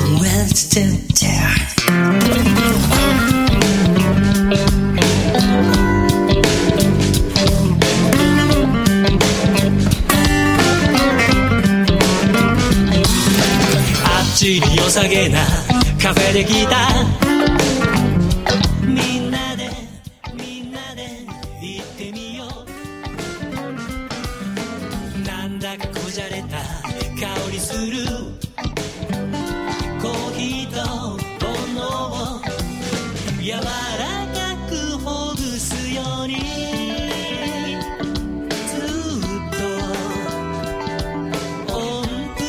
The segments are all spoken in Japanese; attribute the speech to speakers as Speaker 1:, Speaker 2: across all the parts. Speaker 1: It's to tear.
Speaker 2: 「あっちに良さげなカフェで聞いた」「みんなでみんなで行ってみよう」「なんだかこじゃれた香りする」「コーヒーと煩悩を柔らかくほぐすように」ずっと音符が転がってる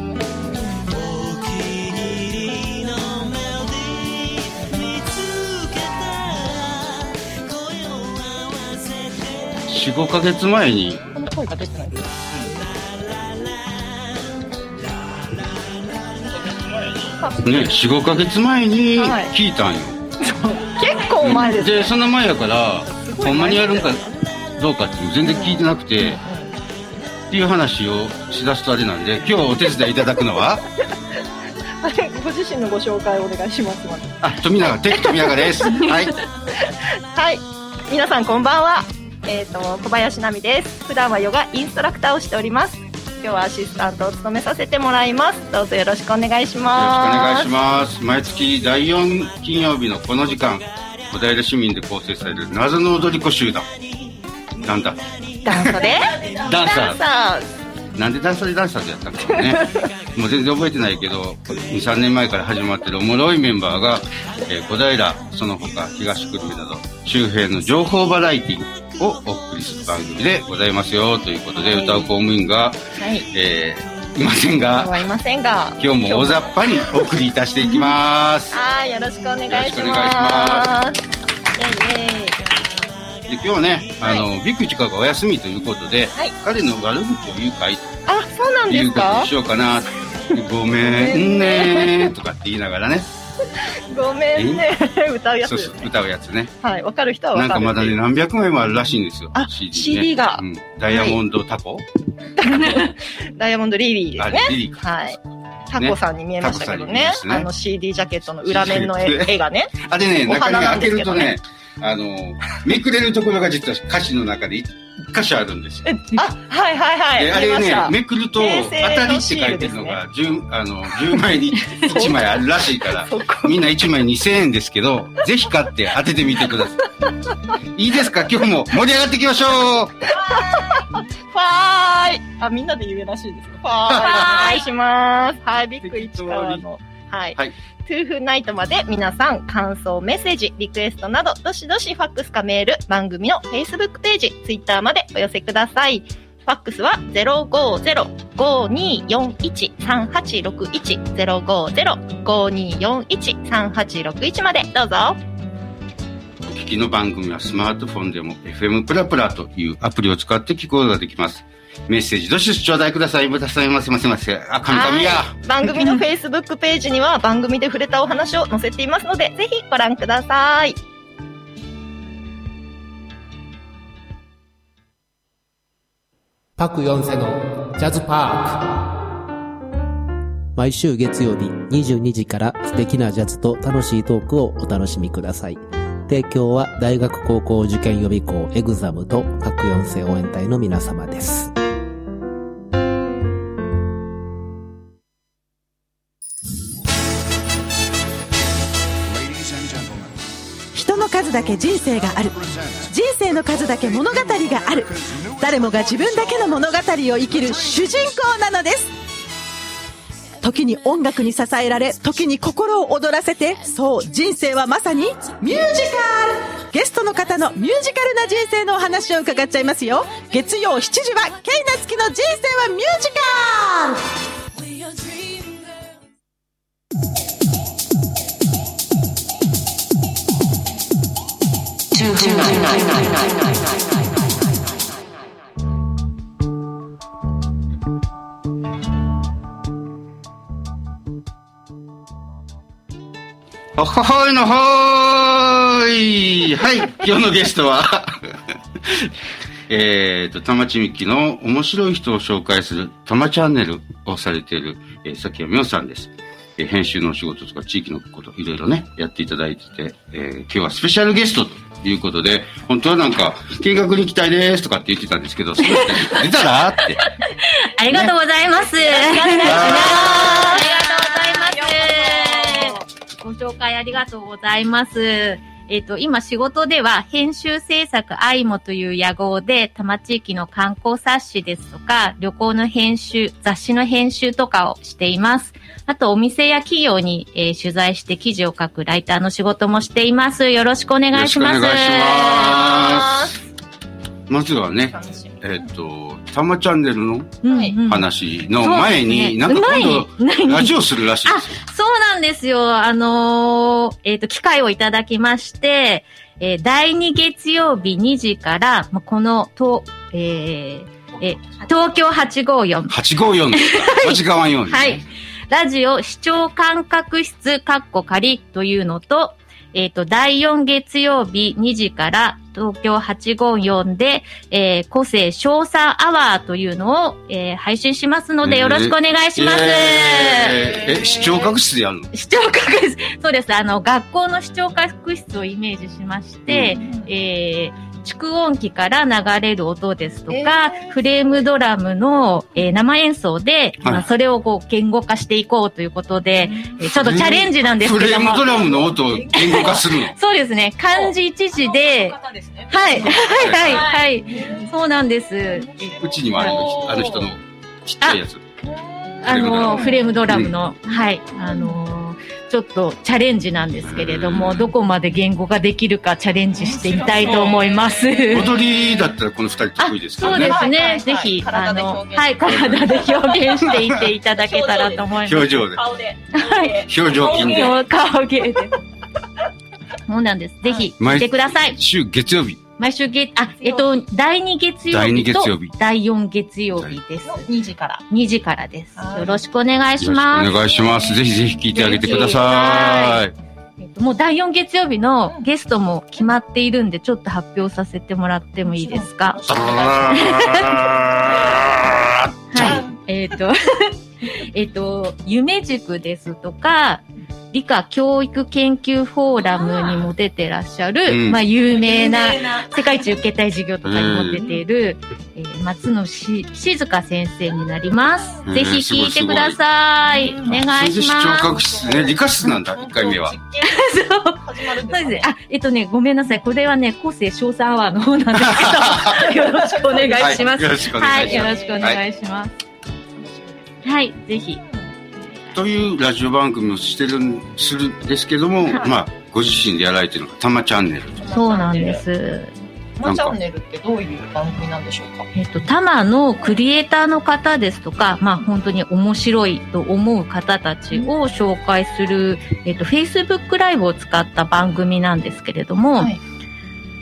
Speaker 2: お気に入りのメロディー見つけたら声を合わせて
Speaker 3: 45ヶ月前に
Speaker 4: この声が出てない。
Speaker 3: ね45ヶ月前に
Speaker 4: はい
Speaker 3: 聞いたんよ、
Speaker 4: 結構前です。
Speaker 3: でその前やからほんまにやるんかどうかっていう全然聞いてなくてっていう話をしだすとあれなんで今日お手伝いいただくのは
Speaker 4: あれ、ご自身のご紹介お願いします。
Speaker 3: あ富永テク富永です はい
Speaker 4: はい、皆さんこんばんは。えっ、と小林奈美です。普段はヨガインストラクターをしております。今日はアシスタントを務めさせてもらいます。どうぞよろしくお願いし
Speaker 3: よろしくお願
Speaker 4: ま
Speaker 3: い
Speaker 4: す。
Speaker 3: します。毎月第4金曜日のこの時間、小平市民で構成される謎の踊り子集団。なんだ
Speaker 4: ダンサーで
Speaker 3: ダンサ
Speaker 4: ダ
Speaker 3: ー
Speaker 4: ン。サ
Speaker 3: なんでダンサーでダンサーでやったんだろ うね。もう全然覚えてないけど、2、3年前から始まってるおもろいメンバーが、えー小平、その他、東久留米など、周辺の情報バラエティをお送りする番組でございますよ、ということで、歌う公務員が、
Speaker 4: ー。はい。
Speaker 3: えーいませんが、
Speaker 4: はりませんが。
Speaker 3: 今日も大雑把にお送りいたしていきます。
Speaker 4: はい、よろしくお願いし
Speaker 3: よろしくお願
Speaker 4: ます。イェイイェ
Speaker 3: で
Speaker 4: イ
Speaker 3: 今日はね、
Speaker 4: はい
Speaker 3: あのビクチカがお休みということで、
Speaker 4: はい
Speaker 3: 彼の悪口を言う会と
Speaker 4: あ、そうなんで
Speaker 3: い
Speaker 4: す
Speaker 3: うこと
Speaker 4: か
Speaker 3: にし。ようかなごめんねとかって言いながらね
Speaker 4: ごめんね。 歌うやつ
Speaker 3: そ
Speaker 4: で
Speaker 3: う
Speaker 4: す
Speaker 3: そ
Speaker 4: ね、
Speaker 3: う歌うやつね
Speaker 4: はい、わかる人はわ
Speaker 3: な
Speaker 4: か
Speaker 3: ん
Speaker 4: る。
Speaker 3: かまだね何百枚もあるらしいんですよ
Speaker 4: あ CD が
Speaker 3: うんダイヤモンドタコ、
Speaker 4: ダイヤモンドリリーですね
Speaker 3: あ。リリーか
Speaker 4: はい。タコさんに見えましたけど
Speaker 3: ねタコさんに
Speaker 4: ね。
Speaker 3: 見えましたね
Speaker 4: あの CD ジャケットの裏面の絵絵がね。
Speaker 3: あれね
Speaker 4: お
Speaker 3: 中
Speaker 4: 花
Speaker 3: に
Speaker 4: なん
Speaker 3: 開
Speaker 4: で
Speaker 3: ける
Speaker 4: すけ
Speaker 3: と
Speaker 4: ど
Speaker 3: ね
Speaker 4: ね
Speaker 3: あのめくれるところが実は歌詞の中で一箇所あるんですよ
Speaker 4: えあ、はいはいはい。
Speaker 3: であ
Speaker 4: 見え
Speaker 3: れ
Speaker 4: まし
Speaker 3: ね
Speaker 4: た。
Speaker 3: めくると
Speaker 4: 平
Speaker 3: 「当た
Speaker 4: 成
Speaker 3: り」っ
Speaker 4: の
Speaker 3: て
Speaker 4: シ
Speaker 3: 書
Speaker 4: ール
Speaker 3: いて
Speaker 4: で
Speaker 3: る
Speaker 4: す
Speaker 3: の
Speaker 4: ね
Speaker 3: が 10, あの10枚 に1枚あるらしいから
Speaker 4: そこ
Speaker 3: みんな1枚2000円ですけど、ぜひ買って当ててみてください。いいですか今日も盛り上がっていきましょう
Speaker 4: ファーイあ、みんなで言うらしいですよ。ファーイお願いします。はい、ビッグ一川の。はい。
Speaker 3: はい
Speaker 4: トゥーフナイトまで皆さん、感想、メッセージ、リクエストなど、どしどしファックスかメール、番組の Facebook ページ、Twitter までお寄せください。ファックスは050-5241-3861、050-5241-3861までどうぞ。
Speaker 3: お聞きの番組はスマートフォンでも FM プラプラというアプリを使って聞くことができます。メッセージどしどし頂戴ください。またさいませませませ。あ、カミカミや。
Speaker 4: 番組の Facebook ペー ジには番組で触れたお話を載せていますので、ぜひご覧ください。
Speaker 5: パクヨンセのジャズパーク毎週月曜日22時から素敵なジャズと楽しいトークをお楽しみください。提供は大学高校受験予備校エグザムとパクヨンセ応援隊の皆様です。
Speaker 6: 人の数だけ人生がある人生の数だけ物語がある誰もが自分だけの物語を生きる主人公なのです時に音楽に支えられ時に心を躍らせてそう人生はまさにミュージカルゲストの方のミュージカルな人生のお話を伺っちゃいますよ月曜7時はケイナツキの人生はミュージカル
Speaker 3: おほほいのほーいはい、今日のゲストは、えっ、と、たまちみきの面白い人を紹介する、たまチャンネルをされている、えー、さきやみょうさんです。えー編集のお仕事とか地域のこと、いろいろね、やっていただいてて、えー今日はスペシャルゲストということで、本当はなんか、見学に行きたいですとかって言ってたんですけど、その人に出たらって。
Speaker 7: ありがとうございます。ありがとうございます。ご紹介ありがとうございます。えっ、と、今仕事では編集制作アイモという野号で、多摩地域の観光冊子ですとか、旅行の編集、雑誌の編集とかをしています。あと、お店や企業に、えー取材して記事を書くライターの仕事もしています。よろしくお願いします。
Speaker 3: よろしくお願いします。まずはね、
Speaker 7: 楽しみ
Speaker 3: えっ、と、たまチャンネルの
Speaker 7: うんうん
Speaker 3: 話の前に、な
Speaker 7: そうん
Speaker 3: か
Speaker 7: ですね
Speaker 3: 今
Speaker 7: 前に
Speaker 3: 度、
Speaker 7: 何
Speaker 3: ラジオするらしいですよ。
Speaker 7: そうなんですよ。あのーえっ、と、機会をいただきまして、えー第2月曜日2時から、まあこの、と、えーえー東京854。
Speaker 3: 854の、8側4ね。
Speaker 7: はい。ラジオ視聴感覚室、カッコ仮というのと、えっ、と、第4月曜日2時から東京854で、えー個性賞賛アワーというのを、えー配信しますので、よろしくお願いします。
Speaker 3: イエーイえ、視聴覚室でやるの
Speaker 7: 視聴覚室、そうです。あの、学校の視聴覚室をイメージしまして、えー、蓄音機から流れる音ですとか、フレームドラムの、えー生演奏で、まあ、それをこう言語化していこうということで、えーちょっとチャレンジなんです
Speaker 3: フ
Speaker 7: け
Speaker 3: レ
Speaker 7: ど
Speaker 3: ー
Speaker 7: も
Speaker 3: ムド。ラムの音を言語化するの。
Speaker 7: そうですね。漢字一字で、はい、はい、はい、はい。そうなんです。え
Speaker 3: うちにもあるのあの人のちっちゃいやつ。
Speaker 7: あの、フ
Speaker 3: フ
Speaker 7: レームドラムの、はい、あのー、ちょっとチャレンジなんですけれども、どこまで言語ができるかチャレンジしてみたいと思います。
Speaker 3: 踊りだったらこの二人
Speaker 7: あ
Speaker 3: 得意ですか
Speaker 7: そ
Speaker 3: ら
Speaker 7: うで
Speaker 3: ね。
Speaker 7: す
Speaker 4: はいはいは
Speaker 7: ね。
Speaker 4: い
Speaker 7: ぜひ、あ
Speaker 4: 体で
Speaker 7: の、
Speaker 4: 表現
Speaker 7: はい、体で表現していっていただけたらと思います。
Speaker 3: 表情で。
Speaker 4: 顔で。
Speaker 7: はい。
Speaker 3: 表情筋で。
Speaker 7: 顔芸で。そうなんです。ぜひ、
Speaker 3: 毎
Speaker 7: 来てください。
Speaker 3: 週月曜日。
Speaker 7: 毎週月、あ、えっと、第2月曜
Speaker 3: 第二
Speaker 7: 日と
Speaker 3: 月曜日
Speaker 7: 第4月曜日です。
Speaker 4: 2時から。
Speaker 7: 2時からです。
Speaker 4: はい
Speaker 7: よろしくお願いし
Speaker 3: よろしく
Speaker 7: ます
Speaker 3: お。願いします。ぜひぜひ聞いてあげてください。
Speaker 7: えっともう第4月曜日のゲストも決まっているんで、ちょっと発表させてもらってもいいですか。
Speaker 3: ダラー
Speaker 7: はい。えっ、と、 えっと、夢塾ですとか、理科教育研究フォーラムにも出てらっしゃる、
Speaker 3: うん
Speaker 7: まあ、有名な、
Speaker 4: な。
Speaker 7: 世界一受けたい授業とかにも出ている、えー松野し静香先生になります。
Speaker 3: うん
Speaker 7: ぜひ聞いてください。お願い
Speaker 3: それで
Speaker 7: し
Speaker 3: 視
Speaker 7: ま
Speaker 3: 聴
Speaker 7: す。
Speaker 3: 覚室ね、理科室なんだ、一回目は。。
Speaker 4: 始まるん
Speaker 7: そう
Speaker 4: で
Speaker 7: ですすね。あ、えっとね、ごめんなさい。これはね、個性賞賛アワーの方なんですけ ど、よろしくお願いしま
Speaker 3: はいよ
Speaker 7: す。
Speaker 3: ろしくお
Speaker 7: は
Speaker 3: 願い
Speaker 7: い、
Speaker 3: し
Speaker 7: よ
Speaker 3: ま
Speaker 7: ろしくお願いします。はい、ぜひ。
Speaker 3: す。というラジオ番組をしてるん、するんですけども、まあ、ご自身でやられてるのが、たまチャンネル。
Speaker 7: そうなんで。す。
Speaker 4: マチャンネルってどういう番組なんでしょうか
Speaker 7: えっと、タマのクリエイターの方ですとか、まあ本当に面白いと思う方たちを紹介する、えっと、Facebook ライブを使った番組なんですけれども、
Speaker 4: はい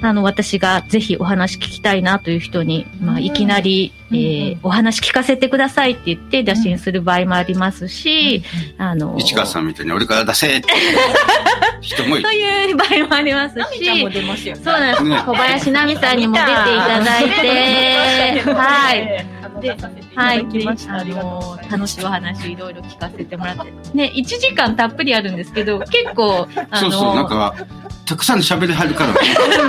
Speaker 7: あの、私がぜひお話聞きたいなという人に、まあいきなり、
Speaker 4: うん
Speaker 7: えー
Speaker 4: うんうん
Speaker 7: お話聞かせてくださいって言って打診する場合もありますし、あの、
Speaker 3: 市川さんみたいに俺から出せ って人もい
Speaker 7: と
Speaker 3: る。
Speaker 7: いう場合もあります
Speaker 4: ナミちゃん
Speaker 7: し
Speaker 4: も、出ますよね。
Speaker 7: そうなんです。
Speaker 3: ね
Speaker 7: 小林奈美さんにも出ていただいて、はい。。ではい、
Speaker 4: きました。
Speaker 7: あ
Speaker 4: ありがとうござい
Speaker 7: の
Speaker 4: ます。
Speaker 7: 楽しいお話いろいろ聞かせてもらって、ね、1時間たっぷりあるんですけど、結構、あ
Speaker 3: そう
Speaker 7: の、
Speaker 3: そう、なんか、たくさん喋りはるから、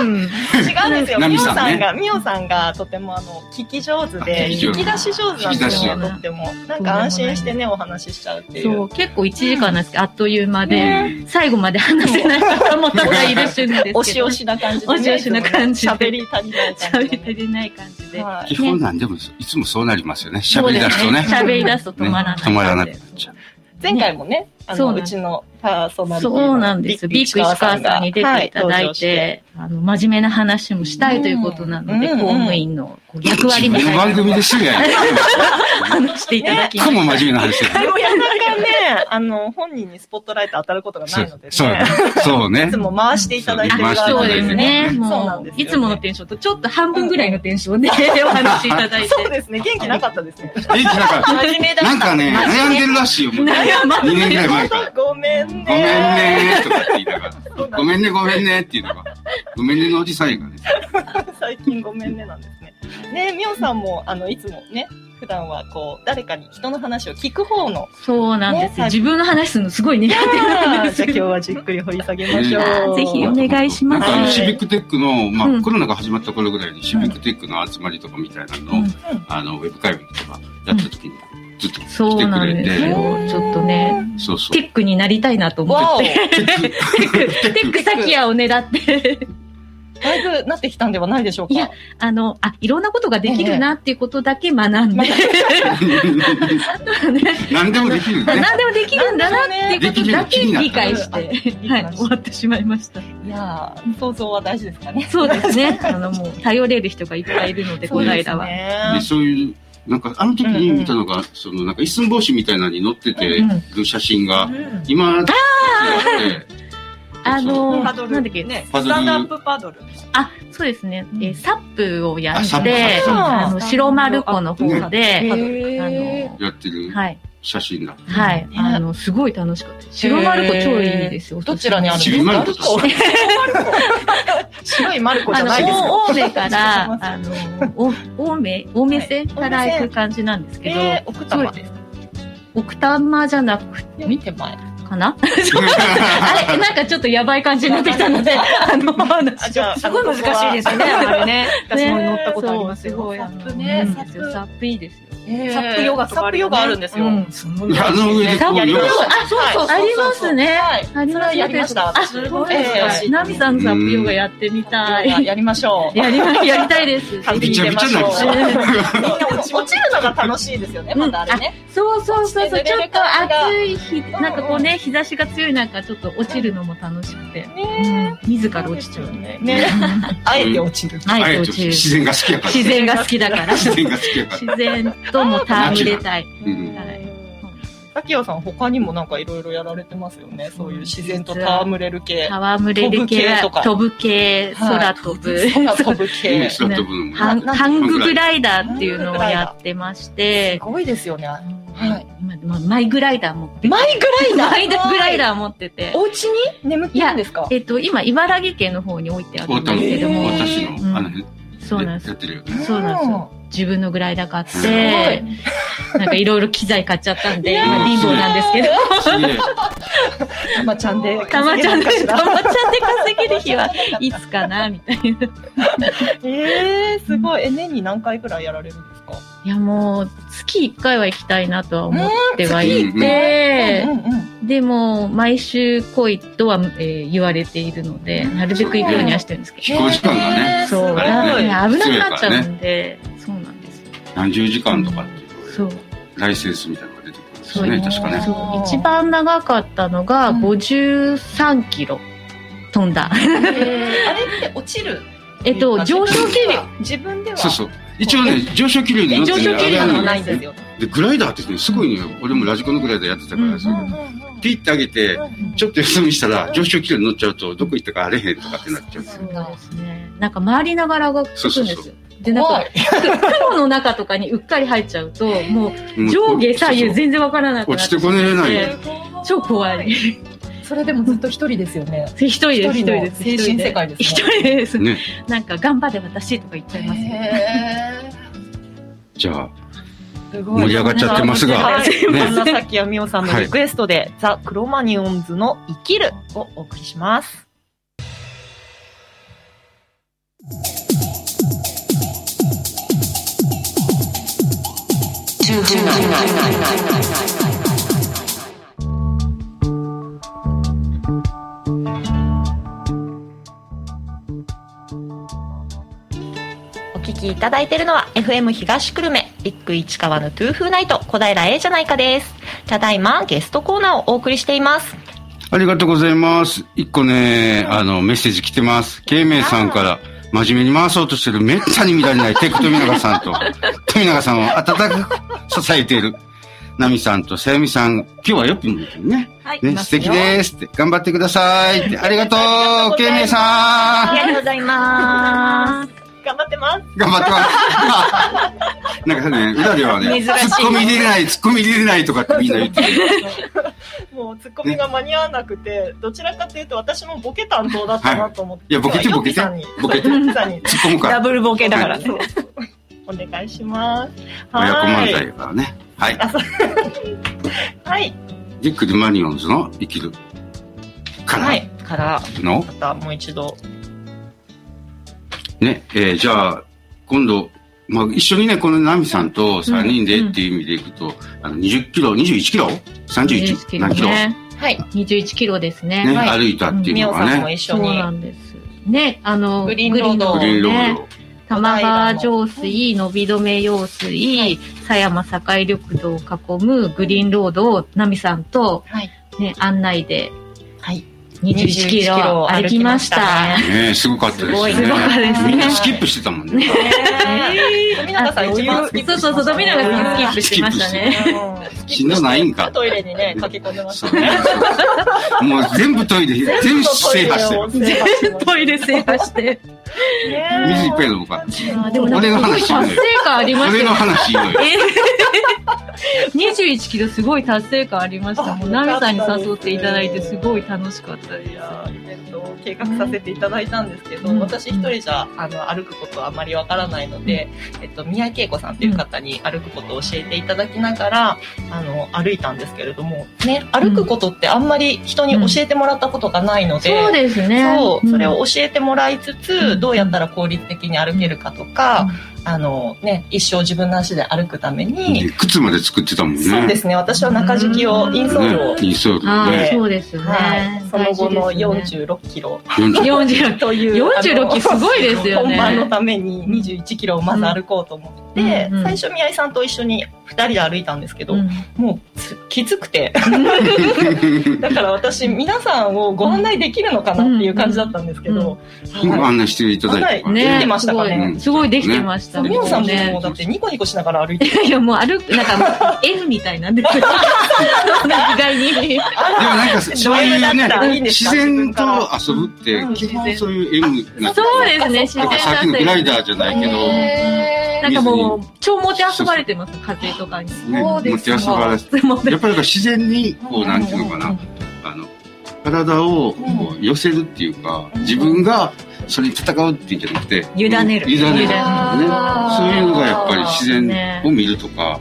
Speaker 4: 違うんですよ。
Speaker 3: ナ
Speaker 4: ミ
Speaker 3: ミ
Speaker 4: オ
Speaker 3: さんね
Speaker 4: さんが、ミオさんがとてもあの、聞き上手
Speaker 3: あ
Speaker 4: で、
Speaker 3: 聞き上
Speaker 4: 引
Speaker 3: 手
Speaker 4: き出し上手なんですよ、
Speaker 3: 引き
Speaker 7: 出
Speaker 4: と
Speaker 7: し
Speaker 4: っても。なんか安心してね、お話ししちゃうってい。
Speaker 7: そうう、結構1時間なんですけど、あっという間で、最後まで話せない方も多々いるしですけど、
Speaker 4: 押し押しな感じでね。
Speaker 7: 押し押しな感じで
Speaker 4: 喋り足りない感
Speaker 7: 喋
Speaker 4: じ
Speaker 7: り
Speaker 4: で
Speaker 7: 足
Speaker 4: ね。
Speaker 7: りない感じで。
Speaker 4: はい
Speaker 3: 基本なんでも、いつもそうなりますよね。喋り出すとね。
Speaker 7: 喋り出すと止
Speaker 3: ね
Speaker 7: まらない。
Speaker 3: 止まらなくなっちゃう。
Speaker 4: 前回もね、あ
Speaker 7: そうな
Speaker 4: の、
Speaker 7: ん
Speaker 4: うちのパーソナリティの
Speaker 7: そうなんですよ。ビッグ石川さんに出ていただい、て、あの、真面目な話もしたいということなので、
Speaker 4: うん
Speaker 7: 公務員のこう役割みた
Speaker 3: 自
Speaker 7: い
Speaker 3: 分の
Speaker 7: な
Speaker 3: 番組
Speaker 7: のを
Speaker 3: ですよ、や
Speaker 7: 話していただき
Speaker 3: 一個も真面目な話して
Speaker 4: 登
Speaker 3: る。
Speaker 4: 場してなかなかね、あの、本人にスポットライト当たることが
Speaker 3: そ
Speaker 4: ないの
Speaker 3: う
Speaker 4: で、ね。
Speaker 3: そうね。そう
Speaker 4: い
Speaker 3: ね
Speaker 4: つ。も回していただいてる
Speaker 3: 回してい
Speaker 7: そう
Speaker 3: ただ
Speaker 7: で
Speaker 3: い
Speaker 7: す
Speaker 3: て
Speaker 7: ね。
Speaker 4: そうな
Speaker 7: も
Speaker 4: んですよね
Speaker 7: う、いつものテンションとちょっと半分ぐらいのテンションで お話しいただいて。
Speaker 4: そうですね、元気なかったですね。
Speaker 3: え、なんか、なんかね、悩んでるらしいよ、もう。2年ぐらい前なんか、
Speaker 4: ごめんね。
Speaker 3: ごめんねーとかって言いながら、ごめんね、ごめんねっていうのが、ごめんねのおじさんやからね。
Speaker 4: 最近ごめんねなんですね。ねえ、みおさんも、あの、いつもね、普段はこう、誰かに人の話を聞く方の。
Speaker 7: そう なんです
Speaker 4: ね
Speaker 7: よ。自分の話するのすごい苦手なんです
Speaker 4: じゃあ今日
Speaker 7: よ。
Speaker 4: はじっくり掘り下げましょう。
Speaker 7: ぜひお願いします
Speaker 3: なんかあのシビックテックの、ま
Speaker 7: う
Speaker 3: あ、
Speaker 7: ん
Speaker 3: コロナが始まった頃ぐらいにシビックテックの集まりとかみたいなのを、
Speaker 7: うん
Speaker 3: あの、ウェブ会議とかやった時に、ずっと
Speaker 7: そ
Speaker 3: 来て
Speaker 7: うな
Speaker 3: く
Speaker 7: ん
Speaker 3: れ
Speaker 7: です
Speaker 3: て、
Speaker 7: よ。ちょっとね、
Speaker 3: そうそう
Speaker 7: テ。ックになりたいなと思
Speaker 4: わお
Speaker 7: って。テック、テック先やをねだって、
Speaker 4: だいぶなってきたんではないでしょうか。
Speaker 7: いやあの、あ、いろんなことができるなっていうことだけ学んで、
Speaker 3: 何でもできるよね。
Speaker 7: 何でもできるんだなっていうことだけ理解し
Speaker 4: できる気
Speaker 7: て、
Speaker 4: になっ
Speaker 7: は
Speaker 4: た
Speaker 7: い、終わってしまいました。
Speaker 4: いやー想像は大事ですかね。
Speaker 7: そうですね。あの、もう、頼れる人がいっぱいいるので、この間は。
Speaker 3: で、
Speaker 4: は。
Speaker 3: そういう、なんか、あの時に見たのが、その、なんか、一寸法師みたいなのに載っててる写真が、今、撮ってあって
Speaker 7: あの、
Speaker 8: パ
Speaker 7: なん
Speaker 8: ドル
Speaker 7: だっけ、
Speaker 8: ね、ス
Speaker 3: パドル
Speaker 8: タンドアップパドル。
Speaker 7: あ、そうですね。えーサップをや
Speaker 3: あサ
Speaker 7: っ
Speaker 3: ッ
Speaker 7: て、
Speaker 4: プ
Speaker 7: あの、白丸湖の方で、あの、
Speaker 3: やってる
Speaker 7: はい、
Speaker 3: 写真だ。
Speaker 7: は
Speaker 4: ね
Speaker 7: い、あの、すごい楽しかった。白丸湖超いいですよ。
Speaker 4: どちらにあるん
Speaker 3: ち
Speaker 4: で
Speaker 3: び
Speaker 4: す
Speaker 3: ま
Speaker 4: か
Speaker 3: る子とか
Speaker 4: 白いマルコじゃ
Speaker 7: あの、
Speaker 4: ないですよ。
Speaker 7: 青梅から、あの、お青梅、青梅線から行く感じなんですけど、
Speaker 4: えー、奥多摩です。
Speaker 7: 奥多摩じゃなく
Speaker 4: 見て前。
Speaker 7: かなあれなんかちょっとやばい感じになってきた ので、あの、話
Speaker 4: あじゃあ、
Speaker 8: すごい難しいですね、あれね。私も乗ったことありますよ。
Speaker 7: そうすごい、あの
Speaker 4: サップね
Speaker 7: うん
Speaker 4: サップ
Speaker 7: サップいいですよ。
Speaker 4: えー
Speaker 8: サップヨガとかあるよね
Speaker 4: サップヨガあるんですよ。
Speaker 7: うん
Speaker 8: す ごい
Speaker 3: あの上でこう、ヨガして
Speaker 4: あ、そうそう
Speaker 7: ありますね。
Speaker 4: はい。
Speaker 7: あり
Speaker 4: それ
Speaker 7: ま
Speaker 4: は
Speaker 7: す
Speaker 4: やりました。
Speaker 7: あ、
Speaker 4: 私
Speaker 7: そう
Speaker 4: も
Speaker 7: ですか。ナミさんサップヨガやってみたい。
Speaker 4: ヨガやりましょう。
Speaker 7: やりま、 やりたいです。
Speaker 4: サップ
Speaker 3: び
Speaker 4: 入
Speaker 3: ちゃ
Speaker 4: れ
Speaker 3: び
Speaker 4: ま
Speaker 3: ちゃ
Speaker 4: し
Speaker 3: にな
Speaker 4: ょ
Speaker 3: る
Speaker 4: う。
Speaker 3: んですよ。
Speaker 4: 落ちるのが楽しいですよね、まだあれね。
Speaker 7: そうそうそうそう。ちょっと暑い日、
Speaker 4: ん
Speaker 7: なんかこうね、日差しが強い中、ちょっと落ちるのも楽しくて。
Speaker 4: ね
Speaker 7: うん自ら落ちちゃう。
Speaker 4: ね。あえて落ちる。
Speaker 7: あ
Speaker 3: あ
Speaker 7: えて
Speaker 3: え
Speaker 7: 落
Speaker 3: て
Speaker 7: ちる。
Speaker 3: 自然が好き やから。
Speaker 7: 自然が好きだから。
Speaker 3: 自
Speaker 7: 自
Speaker 3: 然が好きやから。
Speaker 7: 然とも戯れたい。
Speaker 3: うん
Speaker 4: さきよさん、他にもなんかいろいろやられてますよね。そういう自然と戯れる系。
Speaker 7: 戯れ
Speaker 4: 飛
Speaker 7: る系
Speaker 4: ぶ系とか
Speaker 7: 飛ぶ系、空飛
Speaker 4: 空
Speaker 7: ぶ。
Speaker 4: 飛ぶ
Speaker 3: 今
Speaker 4: 系。す
Speaker 3: 空飛ぶのも
Speaker 7: ハン
Speaker 3: ね
Speaker 7: ハンググライダーっていうのをやってまして、
Speaker 4: ごいですよね。はい。
Speaker 7: ままマイグライダー持って
Speaker 4: マイグライダー
Speaker 7: マイグライダー持ってて、
Speaker 4: お家に眠ってるんですか
Speaker 7: えっと、今、茨城県の方に置いてある
Speaker 3: 太
Speaker 7: ん
Speaker 3: 田
Speaker 7: で
Speaker 3: の、
Speaker 7: すけども、
Speaker 4: へー
Speaker 3: 私の、あの
Speaker 7: そうなん
Speaker 3: 辺で
Speaker 7: で
Speaker 3: すやっ。てるよね。
Speaker 7: そうなんですよ。自分のグライダー買って、なんかいろいろ機材買っちゃったんで、
Speaker 4: いや
Speaker 3: ー
Speaker 7: 今貧乏 なんですけど、
Speaker 3: すげえ
Speaker 4: たまちゃんで。
Speaker 7: たまちゃんで、たまちゃんで稼げる日はいつかな、みたいな。
Speaker 4: えー、すごい。え、年に何回くらいやられるんですか
Speaker 7: いや、もう、月1回は行きたいなとは思ってはい
Speaker 4: うん
Speaker 7: て、
Speaker 4: うん。
Speaker 7: でも、毎週来いとは、えー言われているので、なるべく行くようにはしてるんですけ
Speaker 3: 飛行時間がね、
Speaker 7: ど、そ
Speaker 3: あ
Speaker 7: う、だ
Speaker 3: れね
Speaker 7: から危なくなっちゃうんで、そうなんです。
Speaker 3: 何十時間とかっていう、
Speaker 7: そう。
Speaker 3: ライセンスみたいなのが出てくるんです
Speaker 7: そ
Speaker 3: よ
Speaker 7: う
Speaker 3: ね、確かね。
Speaker 7: そう一番長かったのが
Speaker 4: うん
Speaker 7: 53キロ飛んだ。
Speaker 4: あれって落ちる。
Speaker 7: えっと、上昇気流。。
Speaker 4: 自分では。
Speaker 3: そうそう。一応ね、上昇気流に乗って
Speaker 7: え上
Speaker 3: ね、
Speaker 7: 昇気流
Speaker 3: あれ
Speaker 4: は
Speaker 3: は
Speaker 4: な
Speaker 3: ね
Speaker 4: いんですよ。
Speaker 3: で、グライダーってね、すごいね、俺もラジコンのグライダーやってたから、
Speaker 7: うん
Speaker 3: それピッて上げて、ちょっと休みしたら、上昇気流に乗っちゃうと、どこ行ったかあれへんとかってなっちゃう。
Speaker 7: そうですね。なんか回りながらがつくんで
Speaker 3: そう
Speaker 7: す
Speaker 3: そう
Speaker 7: よ。で、なんか、雲の中とかにうっかり入っちゃうと、もう上下左右全然わからなくなっ
Speaker 3: 落ちてこねれないよ。
Speaker 7: 超怖い。
Speaker 4: それでもずっと一人ですよね。
Speaker 7: 一人です、一人です。
Speaker 4: 精神世界ですね
Speaker 7: 一人です。
Speaker 3: ね
Speaker 7: なんか、頑張れ私とか言っちゃいますね。
Speaker 3: じゃあ、
Speaker 4: すごい
Speaker 3: 盛り上がっちゃってますが
Speaker 4: は、い
Speaker 3: ね
Speaker 4: そんなさっきやみおさんのリクエストで、ザ・クロマニオンズの「生きる」をお送りします。お聞きいただいているのは FM 東久留米ビッグ市川のトゥーフーナイト小平 A じゃないかですただいまゲストコーナーをお送りしています
Speaker 3: ありがとうございます。一個ね、あの、メッセージ来てます。ケイメイさんから、真面目に回そうとしてるめったに乱れないテク富永さんと、富永さんを温かく支えている、ナミさんとさゆみさん、今日はよく見てるね。
Speaker 7: はい
Speaker 3: ね、素敵ですって、頑張ってくださいって、ありがとう、ケイメイさん
Speaker 4: がとうございます頑張ってます
Speaker 3: 頑張ってます。なんかね、裏ではね、
Speaker 8: 珍しい
Speaker 3: ツッコミ入れれない、ツッコミ入れれないとかってみんな言ってる。
Speaker 4: もうツッコミが間に合わなくて、どちらかというと私もボケ担当だったなと思って。
Speaker 3: いやボケてボケて
Speaker 4: ヨッピさんに
Speaker 3: ボケて
Speaker 4: ヨッピさん
Speaker 3: 突
Speaker 4: に
Speaker 3: っ込むから。
Speaker 6: ブルボケ
Speaker 3: だから
Speaker 4: そう。お願いします。
Speaker 3: 親子
Speaker 4: は
Speaker 3: 漫
Speaker 4: い。
Speaker 3: 才だからね。はい。
Speaker 4: はい。
Speaker 3: ジック・デュマニオンズの生きるから
Speaker 6: はい。から、
Speaker 3: の、
Speaker 6: またもう一度。
Speaker 3: ね、えーじゃあ、今度、まあ、一緒にね、このナミさんと3人でっていう意味でいくと、あの20キロ、21キロ ?31?
Speaker 7: キロ
Speaker 3: 何キロ、ね
Speaker 7: ね。
Speaker 6: はい。
Speaker 7: 21キロですね。
Speaker 6: はい
Speaker 3: 歩いたってい
Speaker 6: み
Speaker 3: うの
Speaker 6: お
Speaker 3: が
Speaker 6: さんも
Speaker 3: ね、
Speaker 6: 一緒
Speaker 7: そう
Speaker 6: に
Speaker 7: な。んです。ね、あの、
Speaker 6: グリーンロード
Speaker 3: グリーンロー
Speaker 7: ね
Speaker 3: ド。
Speaker 7: 玉川上水、伸び止め用水、狭山境緑道を囲むグリーンロードを、ナミさんと、
Speaker 6: はい
Speaker 7: ね、案内で、
Speaker 6: はい。
Speaker 7: 21キロ歩きました。
Speaker 6: ね。
Speaker 3: ねすごかったですよね。
Speaker 6: すご
Speaker 7: かったですね
Speaker 3: みんなスキップしてたもんね。
Speaker 6: 富永さん一番スキップ
Speaker 7: そうそうそう、富永さんスキップしてましたね。
Speaker 3: しんどないんか。
Speaker 4: トイレにね、駆け込んでまし
Speaker 3: そうね。もう全部トイレ、全部制覇してる。
Speaker 7: トイレ制覇して。
Speaker 3: 水いっぱい飲むから。
Speaker 7: でもなん
Speaker 3: 俺の
Speaker 7: か
Speaker 3: 話
Speaker 7: すごい達成感ありま
Speaker 3: そ
Speaker 7: し
Speaker 3: れの
Speaker 7: たね。
Speaker 3: 話いいのよ。
Speaker 7: 21キロすごい達成感ありました。もうナミさんに誘っていただいてすごい楽しかったで
Speaker 4: い
Speaker 7: す。
Speaker 4: やーイベントを計画させていただいたんですけど、
Speaker 7: うん
Speaker 4: 私一人じゃあの歩くことはあまりわからないので、えっと、宮恵子さんという方に歩くことを教えていただきながらあの歩いたんですけれども、ね、歩くことってあんまり人に教えてもらったことがないので。
Speaker 7: そうですね。
Speaker 4: そう、
Speaker 7: ん
Speaker 4: それを教えてもらいつつ、
Speaker 7: うん
Speaker 4: どうやったら効率的に歩けるかとか、あのね、一生自分の足で歩くために、
Speaker 3: で靴まで作ってたもんね。
Speaker 4: そうですね、私は中敷きを、インソールを、
Speaker 3: ね、インソール
Speaker 7: ああ、
Speaker 3: ね。
Speaker 7: そうですよ
Speaker 4: はい
Speaker 7: ね。、
Speaker 4: その後の
Speaker 7: 大事ですね
Speaker 4: 46キロ
Speaker 3: 40
Speaker 7: 40
Speaker 4: という
Speaker 7: 46
Speaker 4: あの
Speaker 7: キロすごいですよね
Speaker 4: 本番のために21キロをまず歩こうと思って、
Speaker 7: うんうん
Speaker 4: 最初宮井さんと一緒に2人で歩いたんですけど、
Speaker 7: うん
Speaker 4: もうつきつくて だから私皆さんをご案内できるのかなっていう感じだったんですけど、
Speaker 3: 今
Speaker 4: はい
Speaker 3: 案内していただいて。
Speaker 4: でき
Speaker 7: ね
Speaker 4: てましたかね
Speaker 7: すごいすごいできてました。
Speaker 4: そう美穂さんもも
Speaker 7: ね
Speaker 4: うだってニコニコしながら歩い て
Speaker 7: いや、もう歩く、なんか、N みたい なんですよ。
Speaker 3: で
Speaker 7: 意外に。
Speaker 3: もなんかそそういう
Speaker 4: だったらいい
Speaker 3: ね、
Speaker 4: んです
Speaker 3: 自
Speaker 4: か
Speaker 3: 然と遊ぶって
Speaker 4: うん、
Speaker 3: 基本そういう M な
Speaker 7: そうですね、自然な
Speaker 3: さっきのグライダーじゃないけど、
Speaker 7: なんかもう、超持ち遊ばれてます、風とかに。
Speaker 3: ね、持ち遊ばれて。
Speaker 7: 持ち遊ば
Speaker 3: やっぱり
Speaker 7: れ
Speaker 3: なんか自然に、こう、なんていうのかな、あの、体をこう寄せるっていうか、自分がそれに戦うっていうんじゃなくて、
Speaker 7: 委ねる
Speaker 3: 委ねる。ね
Speaker 7: あー
Speaker 3: そういうのがやっぱり自然
Speaker 7: ね
Speaker 3: を見るとか、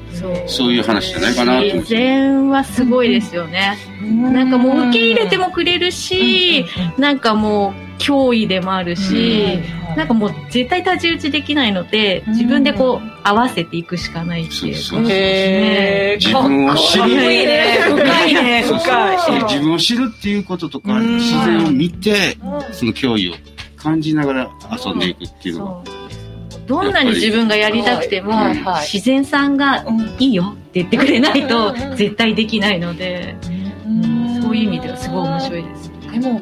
Speaker 3: そういう話じゃないかなと思っ
Speaker 7: 自
Speaker 3: て。
Speaker 7: 然はすごいですよね。なんかもう受け入れてもくれるし、なんかもう脅威でもあるし、なんかもう絶対太刀打ちできないので、自分でこう合わせていくしかないって
Speaker 3: そう
Speaker 7: いう。
Speaker 3: そうそう。
Speaker 4: へ
Speaker 3: 自分を知る。
Speaker 7: 深いね
Speaker 3: そうそうそう自分を知るっていうこととか、
Speaker 4: うん
Speaker 3: 自然を見て、その脅威を感じながら遊んでいくっていうの
Speaker 7: そうどんなに自分がやりたくても、
Speaker 3: はい
Speaker 4: はい
Speaker 7: 自然さんがいいよって言ってくれないと絶対できないので、うんそういう意味ではすごい面白いです。
Speaker 4: でも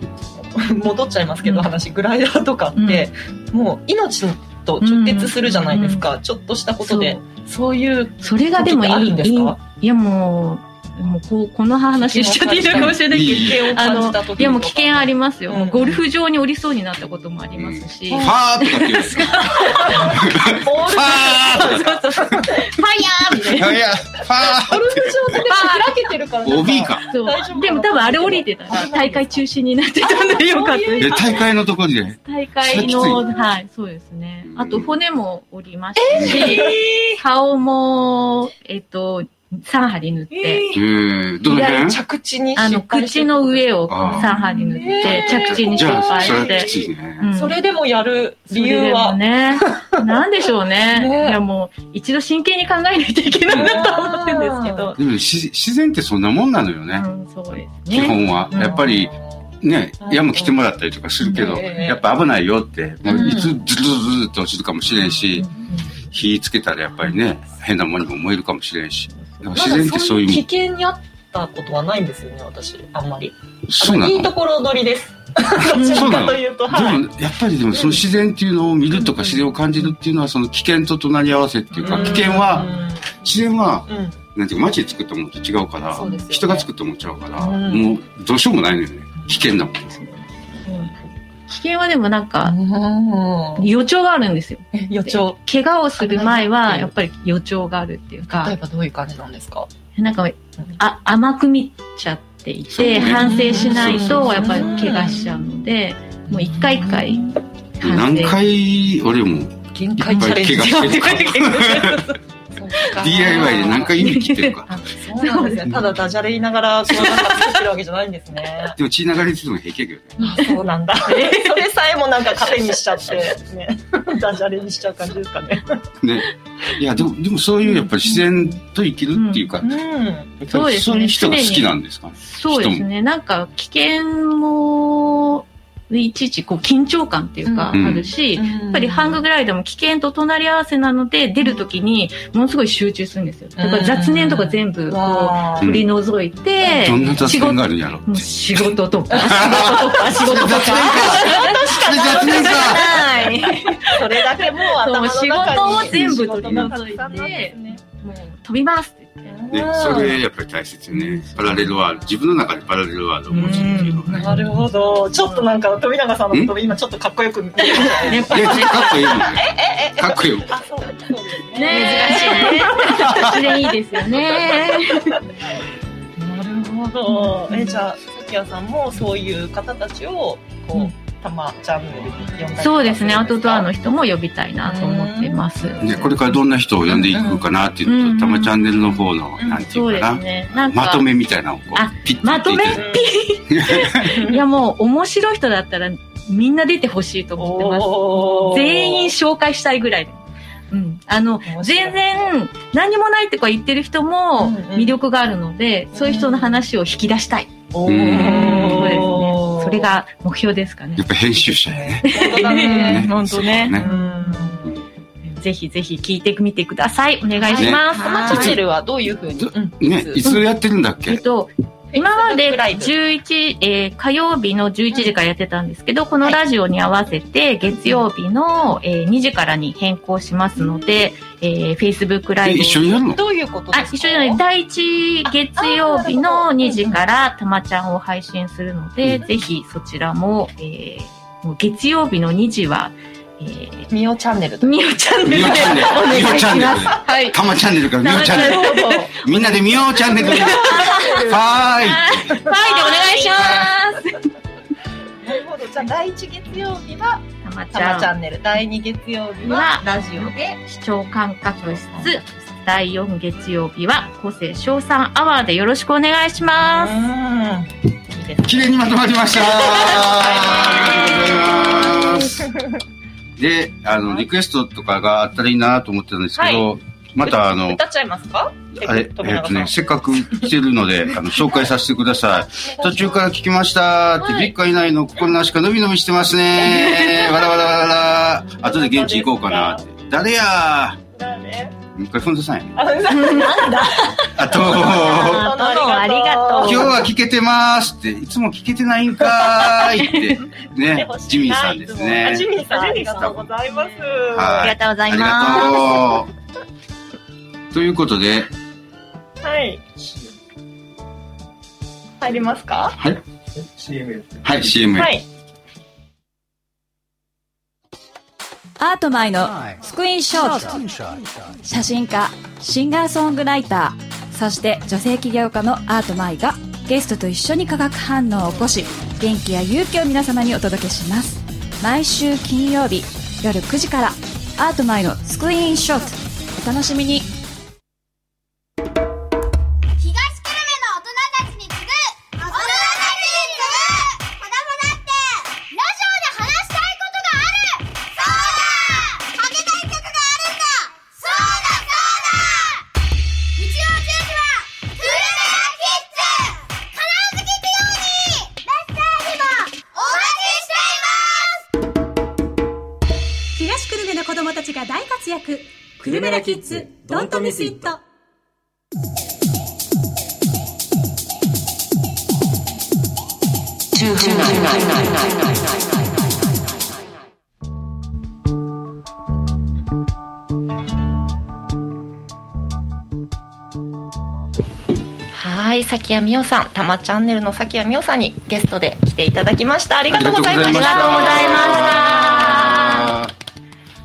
Speaker 4: 戻っちゃいますけど、
Speaker 7: うん
Speaker 4: 話グライダーとかって、もう命と直結するじゃないですか、ちょっとしたことでそういう
Speaker 7: それがでもい
Speaker 4: 時っ
Speaker 7: い
Speaker 4: てあるんですか
Speaker 7: いいいやもう、もうこうこの話しちゃっていいのかもしれない
Speaker 3: い
Speaker 7: けど
Speaker 3: い。いいフ
Speaker 4: 危険を
Speaker 7: あ
Speaker 4: 感じ
Speaker 7: の
Speaker 4: た時と、か
Speaker 7: いやもう危険ありますよ。
Speaker 4: うん
Speaker 7: もうゴルフ場に降りそうになったこともありますし。
Speaker 3: ァ
Speaker 7: フ
Speaker 3: ーとかって言うファーとか
Speaker 4: ボール
Speaker 7: ァイヤーみたい
Speaker 3: い
Speaker 7: な。
Speaker 3: やいや、ファ
Speaker 4: ゴルフ場で開けてるから
Speaker 3: ー OB か。
Speaker 7: そう
Speaker 4: 大丈夫
Speaker 7: でも多分あれ降りてたら大会中止になってたんでよかったです
Speaker 3: で、大会のところで、
Speaker 7: 大会
Speaker 3: そ
Speaker 7: の
Speaker 3: れ、
Speaker 7: はい、そうですね
Speaker 3: う。ん
Speaker 7: あと、骨も折りましたし、顔も、えっと、3針塗って、
Speaker 3: えー、どの辺
Speaker 4: 着地に
Speaker 7: あの、口の上を
Speaker 3: あー
Speaker 7: 3針塗って、着地に
Speaker 3: じ
Speaker 7: 失
Speaker 3: ゃあ、
Speaker 7: 敗
Speaker 3: それ
Speaker 7: し
Speaker 3: は
Speaker 7: て
Speaker 3: き。ついね。
Speaker 7: うん
Speaker 4: それでもやる
Speaker 7: それ
Speaker 4: 理
Speaker 7: でも
Speaker 4: 由 は、
Speaker 7: ね、なんでしょうね。
Speaker 4: ね
Speaker 7: いや、もう、一度真剣に考えないといけないなと思ってるんですけど。
Speaker 3: でも自自然ってそんなもんなのよね。
Speaker 7: うん、そうです
Speaker 3: 基
Speaker 7: ね。
Speaker 3: 本は。
Speaker 7: うん
Speaker 3: やっぱり、ね、山来てもらったりとかするけど、
Speaker 4: ええ
Speaker 3: やっぱ危ないよって、もういつず
Speaker 7: う
Speaker 3: るずると落ちるかもしれんし、火つけたらやっぱりね、変なものにも燃えるかもしれんし。だから
Speaker 4: まだ
Speaker 3: 自然ってそういうも
Speaker 4: 危
Speaker 3: ん。
Speaker 4: 険にあったことはないんですよね私あんまり
Speaker 3: そうなの
Speaker 4: いいところ取りです どちらかというとはい
Speaker 3: でも、やっぱりでもその自然っていうのを見るとか自然を感じるっていうのはその危険と隣り合わせっていうか、危険は、自然は、
Speaker 4: うん
Speaker 3: なんていうか街で作ったものと違うから、
Speaker 4: そうですよね
Speaker 3: 人が作ったものちゃうから、
Speaker 4: うん
Speaker 3: もうどうしようもないのよね。危険なもん。
Speaker 7: 危険はでもなんか、
Speaker 4: うん
Speaker 7: 予兆があるんですよ。
Speaker 4: え予兆
Speaker 7: 怪我をする前は、やっぱり予兆があるっていうか
Speaker 4: 例え、ばどういう感じなんですか
Speaker 7: なんか、あ、甘く見ちゃっしていて、反省しないと、やっぱり怪我しちゃうので、もう一回一回、反
Speaker 3: 何
Speaker 7: 省。
Speaker 3: 回俺も
Speaker 9: 限界チャレンジ
Speaker 3: いっぱい怪我してる DIY で何回
Speaker 9: う
Speaker 3: 指切 ってるか
Speaker 9: あそうなんですね。ただダジャレ言いながら、こうなんか作ってるわけじゃないんです ね。
Speaker 3: でも血流れてても平気やけどね
Speaker 9: そうなんだ。それ さえもなんか糧にしちゃって、ね、ダジャレにしちゃう感じですかね。
Speaker 3: ね。いや、でも、でもそういうやっぱり自然と生きるっていうか、
Speaker 9: うん。
Speaker 3: やっぱりそういう人が好きなんですか
Speaker 7: そうですね。なんか、危険も、いちいちこう緊張感っていうか、あ
Speaker 3: うん
Speaker 7: るし、や
Speaker 9: や
Speaker 7: っぱりハンググライダーも危険と隣り合わせなので、出るときにものすごい集中するんですよ。だから雑念とか全部こう
Speaker 3: うん
Speaker 7: 取り除いて、
Speaker 3: どんな雑念があるんやろ
Speaker 7: もう仕事とか、仕事とか、 仕事 とか。
Speaker 3: 雑念か
Speaker 7: はい。
Speaker 9: それだけもう頭の中に
Speaker 7: そう仕事を全部取り除いて
Speaker 9: たくさんなんですね
Speaker 7: もう飛びますって言って。
Speaker 3: ね、それやっぱり大切よね。パラレルワールド、自分の中でパラレルワールドを持つっていうのがね。
Speaker 9: なるほど。ちょっとなんか、富永さんのことを今ちょっとかっこよく見てるみたいな。
Speaker 3: いや、ちょっとかっこいいもんね。かっこいいもん。
Speaker 9: あ、そうそうです
Speaker 7: ね 珍しいね。自然いいですよね。
Speaker 9: なるほど。え、じゃあ、さきやさんもそういう方たちを、こ
Speaker 7: うん
Speaker 9: う、たまチャンネルに呼んだりとか
Speaker 7: そうですね。アウトドアの
Speaker 9: 人。
Speaker 7: 人も呼びたいなと思ってます。
Speaker 3: ね、これからどんな人を呼んでいくかなっていうと、たまチャンネルの方の、なんてい
Speaker 7: そう
Speaker 3: う
Speaker 7: で
Speaker 3: か
Speaker 7: す
Speaker 3: な、
Speaker 7: ね。なんか、
Speaker 3: まとめみたいなのをこ
Speaker 7: あ
Speaker 3: う、ピッて
Speaker 7: まとめ
Speaker 3: 入れて
Speaker 7: いやもう面白い人だったらみんな出てほしいと思ってます。
Speaker 9: おー
Speaker 7: 全員紹介したいぐらい。うん。あの、
Speaker 9: 面白い
Speaker 7: 全然何もないとか言ってる人も
Speaker 9: うんうん
Speaker 7: 魅力があるので、そういう人の話を引き出したい。
Speaker 9: お
Speaker 3: うん
Speaker 9: ー
Speaker 7: そうですね。それが目標ですかね
Speaker 3: や。っぱ編集者やね。
Speaker 9: 本当だね。
Speaker 8: 本当ね。
Speaker 3: ね。
Speaker 9: うん
Speaker 7: ぜひぜひ聞いてみてください。お願いします。
Speaker 9: たまチャンネルはどういうふうに
Speaker 3: どね、いつやってるんだっ
Speaker 7: えっ
Speaker 3: け
Speaker 7: と、今まで
Speaker 9: ライブ
Speaker 7: 11、えー火曜日の11時からやってたんですけど、このラジオに合わせて月曜日の、えー2時からに変更しますので、えー Facebook ラ
Speaker 3: え
Speaker 7: イブを。
Speaker 3: 一緒にやるの
Speaker 9: どういうことで
Speaker 7: あ
Speaker 9: すか、
Speaker 7: 一緒じゃない。第1月曜日の2時からたまちゃんを配信するので、ぜひそちらも、えーもう月曜日の2時は、えー、
Speaker 9: みおチャンネルと。
Speaker 7: みおちゃん
Speaker 3: み
Speaker 7: で
Speaker 3: よチャンネル。みよチャンネルで。
Speaker 7: はい。
Speaker 3: たまチャンネルからみよチャンネル。みんなでみよチャンネルで。はーい。
Speaker 7: はい、でお願いします。
Speaker 9: なるほど。じゃあ、第一月曜日は、
Speaker 7: たまち
Speaker 9: たまチ
Speaker 7: ゃん
Speaker 9: ャンネル。第二月曜日は、ラジオで、
Speaker 7: 視聴感覚室第4月曜日は個性賞賛アワーでよろしくお願いします。
Speaker 9: うん。いいですね。
Speaker 3: 綺麗にまとまりました。ありがとうございます。 で、あの、リクエストとかがあったらいいなと思ってたんですけど、またあの、
Speaker 9: 歌っちゃいますか
Speaker 3: あれ、えっとね、せっかく来てるので、あの、紹介させてください。途中から聞きましたって、ビッカ以内の心なしかのびのびしてますね。わらわらわらわら。後で現地行こうかなって。誰やー一回踏んでさんやね。あと、
Speaker 7: あどうもありがと
Speaker 3: 今日は聞けてますって、いつも聞けてないんかーいって、ね、ジミーさんです
Speaker 9: あ
Speaker 3: ね。
Speaker 9: ジミーさん、ありがとうございます。
Speaker 7: あ
Speaker 3: は
Speaker 7: り
Speaker 3: い。
Speaker 7: がとうござ
Speaker 3: あ
Speaker 7: い
Speaker 3: り
Speaker 7: ます。
Speaker 3: がとう。ということで、
Speaker 9: はい。入りますか
Speaker 3: はい。はい、CM へ。
Speaker 9: はい。
Speaker 10: アートマイのスクリーンショット写真家シンガーソングライターそして女性起業家のアートマイがゲストと一緒に化学反応を起こし元気や勇気を皆様にお届けします毎週金曜日夜9時からアートマイのスクリーンショットお楽しみに
Speaker 11: 東久留米の大人たちに次ぐ大人たちに次ぐ子供だってラジオで話したいことがあるそうだかけたい曲があるんだそうだそうだ日曜10時は久留米キッズカラオケ聞くようにレッサーにもお待ちしています
Speaker 12: 東久留米の子供たちが大活躍久留米ラキッズドントミスイット
Speaker 4: はい、さきやみおさん、たまチャンネルのさきやみおさんにゲストで来ていただきました。ありがとうございまし
Speaker 3: あり
Speaker 4: た。
Speaker 3: がとうございまし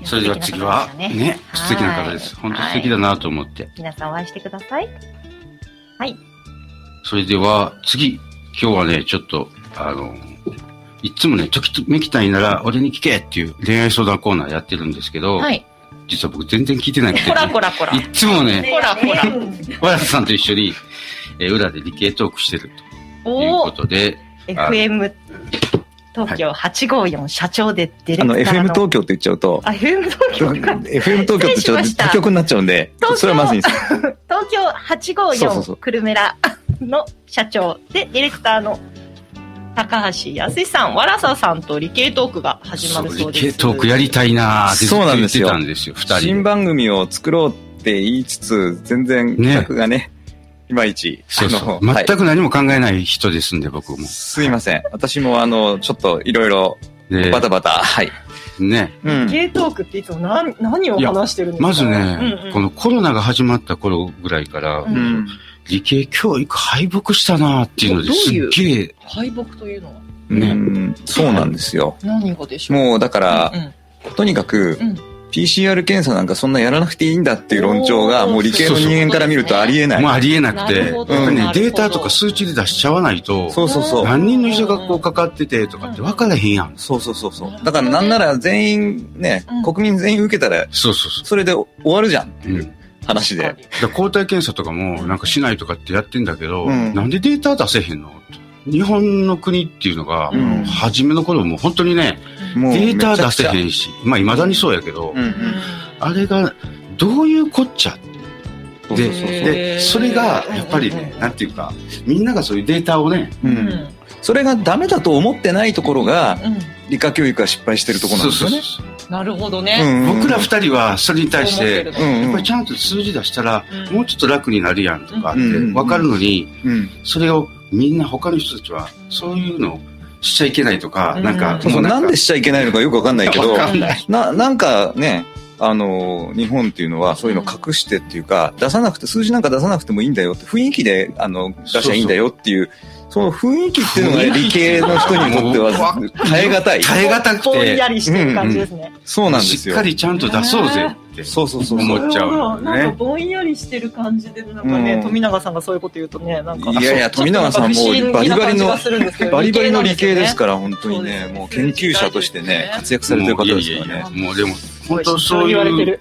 Speaker 3: た。それでは次は、ね、素敵な方です。本当素敵だなと思って。
Speaker 4: 皆さんお会いしてください。
Speaker 3: それでは次、今日はね、ちょっと、あの、いつもね、ちょきめきたいなら俺に聞けっていう恋愛相談コーナーやってるんですけど、
Speaker 4: はい。
Speaker 3: 実は僕全然聞いてなくて、
Speaker 4: こらこらこら。
Speaker 3: いつもね、
Speaker 4: こらこら。
Speaker 3: わらさんと一緒に、えー裏で理系トークしてるという
Speaker 4: お
Speaker 3: こ
Speaker 4: お
Speaker 3: とで、あ
Speaker 4: FM 東京854社長でディレクター
Speaker 13: あの、
Speaker 4: の。
Speaker 13: FM 東京って言っちゃうと
Speaker 4: あ、、FM 東京か。
Speaker 13: FM 東京ってちょっと他局になっちゃうんで、
Speaker 4: 東京
Speaker 13: それはまずいんですよ。
Speaker 4: 東京
Speaker 13: そうそうそ
Speaker 4: 854
Speaker 13: う
Speaker 4: クルメラの社長でディレクターの高橋康さん、わらささんと理系トークが始まるそう
Speaker 3: 理
Speaker 4: で
Speaker 3: 系
Speaker 4: す。
Speaker 3: トークやりたいなーってずっ
Speaker 13: そう
Speaker 3: と
Speaker 13: なん
Speaker 3: 言
Speaker 13: で
Speaker 3: っ
Speaker 13: す
Speaker 3: て
Speaker 13: よ
Speaker 3: たんですよ、二人
Speaker 13: 新
Speaker 3: で。
Speaker 13: 番組を作ろうって言いつつ、全然客がね、いまいち、
Speaker 3: そうそう。
Speaker 13: あのはい
Speaker 3: 全く何も考えない人ですんで、僕も。
Speaker 13: すいません。私もあの、ちょっといろいろ、バタバタ、はい。
Speaker 3: ね。
Speaker 13: うん
Speaker 9: ゲートークっていつも何何を
Speaker 3: いや
Speaker 9: 話してるんですか
Speaker 3: まずね、
Speaker 9: うんうん
Speaker 3: このコロナが始まった頃ぐらいから、
Speaker 9: うん
Speaker 3: 理系教育敗北したなーっていうので、
Speaker 9: どう
Speaker 3: す
Speaker 9: い
Speaker 3: っ
Speaker 9: う
Speaker 3: げえ、
Speaker 9: 敗北というのは
Speaker 13: ね。そうなんですよ。
Speaker 9: 何がでしょう
Speaker 13: もうだから、
Speaker 9: うん
Speaker 13: とにかく
Speaker 9: うん、
Speaker 13: PCR 検査なんかそんなやらなくていいんだっていう論調が、
Speaker 3: おー
Speaker 13: もう理系の人間から見るとありえない。
Speaker 3: もうありえなくて、やっぱりね
Speaker 13: う
Speaker 3: デ
Speaker 13: ん
Speaker 3: ータとか数値で出しちゃわないと、
Speaker 13: そうそうそう
Speaker 3: 何人の人がこうかかっててとかって分からへんやん。
Speaker 13: そうそうそうそう。だからなんなら全員ね、国民全員受けたら、。
Speaker 3: そうそうそう
Speaker 13: それで終わるじゃんっていう話で。
Speaker 3: だから抗体検査とかも、なんかしないとかってやってんだけど、
Speaker 13: うん
Speaker 3: なんでデータ出せへんの日本の国っていうのが、
Speaker 13: うん
Speaker 3: 初めの頃もう本当にね、
Speaker 13: もう
Speaker 3: データ
Speaker 13: めち
Speaker 3: 出
Speaker 13: ゃくち
Speaker 3: せ
Speaker 13: ゃ
Speaker 3: へんし、まあ未だにそうやけど、
Speaker 13: うんうん
Speaker 3: あれが、どういうこっちゃ
Speaker 13: そう
Speaker 3: で
Speaker 13: そうそう
Speaker 3: で、それが、やっぱりね、なんていうか、みんながそういうデータをね、
Speaker 13: うん。それがダメだと思ってないところが、理科教育が失敗してるところなんですよね。
Speaker 9: なるほど
Speaker 13: うんう
Speaker 9: ね。
Speaker 13: ん
Speaker 3: 僕ら二人はそれに対して、
Speaker 9: そう思ってるの
Speaker 3: やっぱりちゃんと数字出したら、もうちょっと楽になるやんとかって
Speaker 13: うんうん
Speaker 3: 分かるのに、
Speaker 13: うん。
Speaker 3: それをみんな他の人たちは、そういうのをしちゃいけないとか、なんか、
Speaker 13: そう
Speaker 3: も
Speaker 13: そうう、
Speaker 3: な
Speaker 13: なんん
Speaker 3: か
Speaker 13: でしちゃいけないのかよくわかんないけど
Speaker 3: わかんな、
Speaker 13: な、なんかね、あのー、日本っていうのはそういうの隠してっていうか、出さなくて、数字なんか出さなくてもいいんだよって、雰囲気で、あの、出しゃいいんだよっていう、その雰囲気っていうのが理系の人にとっては
Speaker 3: もう
Speaker 13: 耐え難い。
Speaker 3: 耐え難くてぼんやりしてる感じです
Speaker 13: ね。そうなんですよ。
Speaker 3: しっかりちゃんと出そうぜって
Speaker 13: そうそうそう。
Speaker 3: 思っちゃう
Speaker 9: なん
Speaker 3: よ
Speaker 9: か
Speaker 3: ね。
Speaker 9: ぼんやりしてる感じで、なんかね、
Speaker 13: うん
Speaker 9: 富永さんがそういうこと言うとね、なんか。
Speaker 13: いやいや、
Speaker 9: ちょっ
Speaker 13: 富
Speaker 9: とな
Speaker 13: 永
Speaker 9: か
Speaker 13: さんも
Speaker 9: 不思議
Speaker 13: うバリバリ
Speaker 9: な感じ
Speaker 13: の
Speaker 9: がするんですけ、ど
Speaker 13: バリバリの理
Speaker 9: 理系
Speaker 13: 系
Speaker 9: なんですよね
Speaker 13: ですから、本当にね、もう研究者としてね、活躍されてる方ですからね。
Speaker 3: もうでも、本当そういう、ね、デ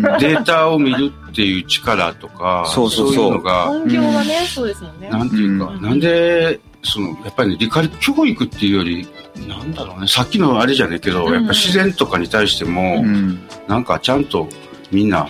Speaker 3: ータを見るっていう力とか、
Speaker 13: そうそうそう
Speaker 3: いうのが、
Speaker 9: 本業がね、そうですもんね。
Speaker 3: なんていうか、なんで、その、やっぱりね、理科教育っていうより、なんだろうね、さっきのあれじゃねえけど、
Speaker 9: うん
Speaker 3: やっぱ自然とかに対しても、なんかちゃんとみんな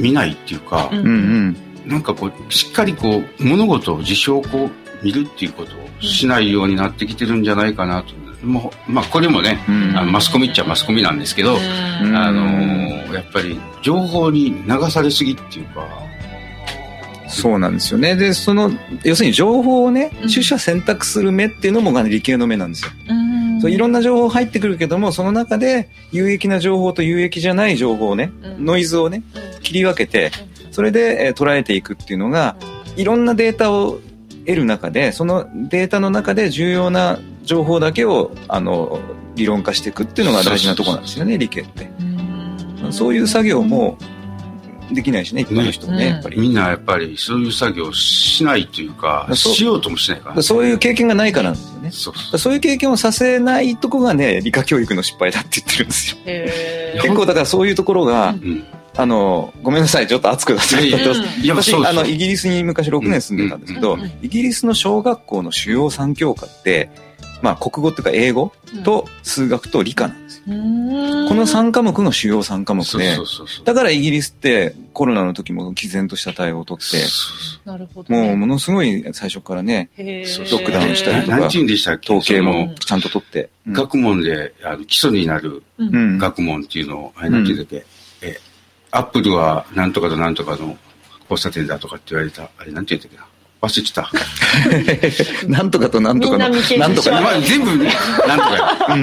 Speaker 3: 見ないっていうか、
Speaker 13: うんうん。
Speaker 3: なんかこう、しっかりこう、物事を事象をこう、見るっていうことをしないようになってきてるんじゃないかなと。もうまあ、これもね、あのマスコミっちゃマスコミなんですけど、あのーやっぱり情報に流されすぎっていうか、
Speaker 13: そうなんですよね。で、その、要するに情報をね、取捨選択する目っていうのもが理系の目なんですよ。そういろんな情報入ってくるけども、その中で有益な情報と有益じゃない情報をね、ノイズをね、切り分けて、それで、えー捉えていくっていうのが、いろんなデータを得る中で、そのデータの中で重要な情報だけを、あの、理論化していくっていうのが大事なところなんですよね、理系って。そういう作業もできないしね、一般の人もね、やっぱり
Speaker 3: みんなやっぱりそういう作業をしないというか、
Speaker 13: そう
Speaker 3: しようともしないか
Speaker 13: だ
Speaker 3: ら
Speaker 13: か
Speaker 3: ね、
Speaker 13: らそういう経験がないからなんですよね。
Speaker 3: そう
Speaker 13: いう経験をさせないとこがね、理科教育の失敗だって言ってるんですよ。
Speaker 9: へ
Speaker 13: 結構だからそういうところが、あの、ごめんなさい、ちょっと熱くなって
Speaker 3: いやいやいや
Speaker 13: 私
Speaker 3: そうそう
Speaker 13: あの、イギリスに昔6年住んでたんですけど、イギリスの小学校の主要3教科って、まあ、国語っていうか英語と数学と理科なんですよ。この3科目の主要3科目で
Speaker 3: そうそうそう、
Speaker 13: だからイギリスってコロナの時も毅然とした対応をとって、
Speaker 9: なるほど。
Speaker 13: もうものすごい最初からね、
Speaker 9: ロッ
Speaker 13: ックダウンしたりとか
Speaker 3: 何人でしたっけ
Speaker 13: 統計もちゃんと取って。
Speaker 3: 学問であの基礎になる
Speaker 13: うん
Speaker 3: 学問っていうのを、あれなんていうんだっけ、え、アップルはなんとかとなんとかの交差点だとかって言われた、あれなんていうんだっけな。忘れてた。
Speaker 13: なんとかとなんとかの、なんとか
Speaker 3: まあ
Speaker 13: の。
Speaker 3: 全部ね、なんとか よ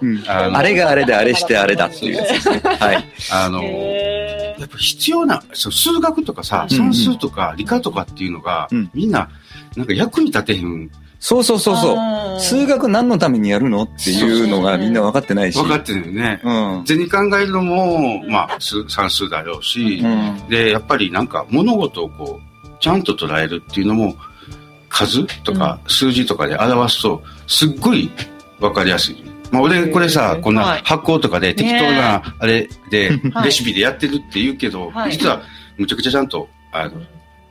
Speaker 13: うん
Speaker 3: の
Speaker 13: あれがあれであれしてあれだっていうやつですね。はい。
Speaker 3: あの、やっぱ必要な、そう数学とかさ、
Speaker 13: うん
Speaker 3: 算数とか理科とかっていうのが、みんな、なんか役に立てへん。
Speaker 13: そうそうそうそう。数学何のためにやるのっていうのがみんな分かってないし。
Speaker 3: 分かってるよね。
Speaker 13: うん。
Speaker 3: 全に考えるのも、まあ、数算数だろうし、
Speaker 13: うん
Speaker 3: で、やっぱりなんか物事をこう、ちゃんと捉えるっていうのも、数とか数字とかで表すと、すっごいわかりやすい。まあ、俺、これさ、こんな発酵とかで適当
Speaker 2: ね
Speaker 3: な、あれで
Speaker 9: は、い
Speaker 3: レシピでやってるって言うけど
Speaker 9: は、い
Speaker 3: 実は、むちゃくちゃちゃんと、あの、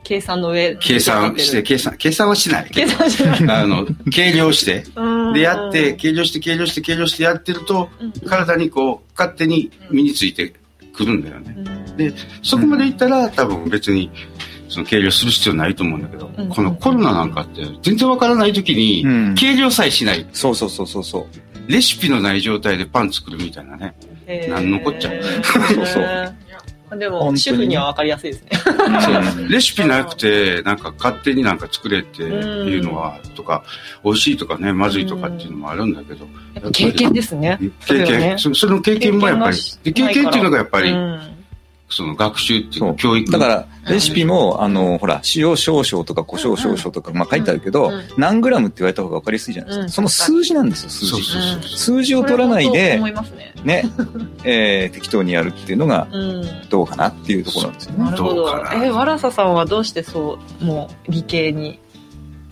Speaker 9: 計算の上。
Speaker 3: 計算して、計算、計算はしない。
Speaker 9: 計算しない。
Speaker 3: あの、計量して、
Speaker 9: うん
Speaker 3: で、やって、計量して、計量して、計量してやってると、体にこう、勝手に身についてくるんだよね。で、そこまでいったら、多分別に、その計量する必要ないと思うんだけど、このコロナなんかって、全然わからない時に、計量さえしない。
Speaker 13: そうそうそうそうそう。
Speaker 3: レシピのない状態でパン作るみたいなね。
Speaker 9: えー
Speaker 3: なんのこっちゃ。
Speaker 9: そうそう。でも、主婦にはわかりやすいですね。
Speaker 3: そうレシピなくて、なんか勝手になんか作れっていうのは、とか、美味しいとかね、まずいとかっていうのもあるんだけど。
Speaker 9: 経験ですね。
Speaker 3: 経験、そその経験もやっぱり、で経験っていうのがやっぱり、その学習っていうか教育。
Speaker 13: だから、レシピも、あの、ほら、塩少々とか胡椒少々とか、まあ書いてあるけど、何グラムって言われた方が分かりやすいじゃないですか。その数字なんですよ、数字。数字を取らないで、
Speaker 9: 思いますね。
Speaker 13: ね、えー適当にやるっていうのが、
Speaker 9: うん。
Speaker 13: どうかなっていうところなんですよね。
Speaker 9: なるほど。えー、わらささんはどうしてそう、もう理系に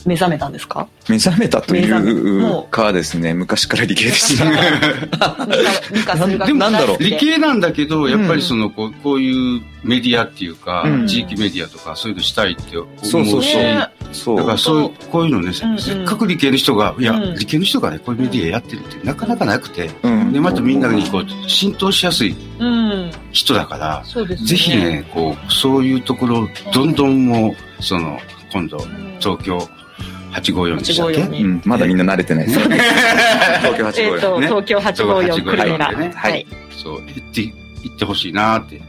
Speaker 9: 目覚めたんですか
Speaker 13: 目覚めたとい
Speaker 9: 目覚め
Speaker 13: う
Speaker 9: も
Speaker 13: かですね、昔から理系です。
Speaker 9: 理科数学
Speaker 3: でも
Speaker 9: 大好きで
Speaker 3: 理系なんだけど、やっぱりその、こう、こういうメディアっていうか
Speaker 13: う、ん
Speaker 3: 地域メディアとか、そういうのしたいって思うし、
Speaker 13: そうそうそうね
Speaker 3: だからそういう、こういうのね、せ
Speaker 13: うんうん
Speaker 3: っかく理系の人が、いや
Speaker 13: うん、
Speaker 3: 理系の人がね、こういうメディアやってるってなかなかなくて、で、またみんなにこう、浸透しやすい
Speaker 9: うん。
Speaker 3: 人だから、
Speaker 9: そうですね。
Speaker 3: ぜひね、こう、そういうところ、どんどんもう、その、今度、東京854でしたっけ
Speaker 9: 854に
Speaker 3: うん
Speaker 13: まだみんな慣れてないです。 東京
Speaker 9: えっと東京854
Speaker 3: ク
Speaker 9: 来るなら
Speaker 3: はい。 そう、行って、行ってほしいなって、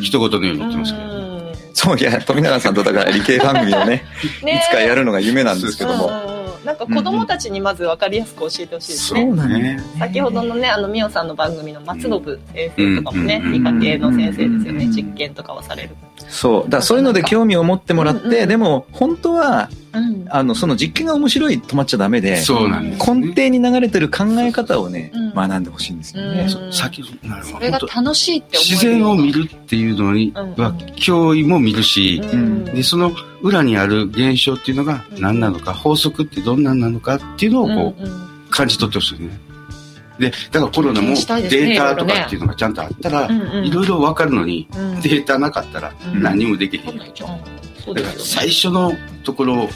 Speaker 3: 一言のように言ってますけど。
Speaker 13: そういや、富永さんとだから理系番組をね、
Speaker 9: ね
Speaker 13: いつかやるのが夢なんですけども。
Speaker 9: なんか子供たちにまず分かりやすく教えてほしいですね。
Speaker 13: そうだね
Speaker 9: 先ほどのね、あの、みおさんの番組の松信先生とかもね、
Speaker 13: うん
Speaker 9: 理科系の先生ですよね、実験とかをされる。
Speaker 13: そう。だからそういうので興味を持ってもらって、でも、本当は、
Speaker 9: うん。
Speaker 13: あの、その実験が面白い止まっちゃダメで、
Speaker 3: そうなんで
Speaker 13: 根底に流れてる考え方をね、
Speaker 9: うん
Speaker 13: 学んでほしいんですよ
Speaker 9: う
Speaker 13: ね
Speaker 9: ん。
Speaker 13: そう
Speaker 3: 先なるほ
Speaker 9: そ
Speaker 3: ど
Speaker 9: れが
Speaker 3: 本当
Speaker 9: 楽しいって思
Speaker 3: 自
Speaker 9: える
Speaker 3: 然を見るっていうのには脅威も見るし、でその裏にある現象っていうのが何なのか、法則ってどんなんなのかっていうのをこう、感じ取ってほしいね。でだからコロナ
Speaker 2: 経
Speaker 3: も
Speaker 2: 験
Speaker 3: デ
Speaker 2: したいですね
Speaker 3: ータと
Speaker 2: いろいろね
Speaker 3: かっていうのがちゃんとあったら
Speaker 2: うんうん
Speaker 3: いろいろ分かるのに、
Speaker 2: うん
Speaker 3: データなかったら
Speaker 2: うん
Speaker 3: 何にもできへん、だ
Speaker 9: そう
Speaker 3: か
Speaker 9: で
Speaker 3: ら
Speaker 9: すよ
Speaker 3: 最初のところをや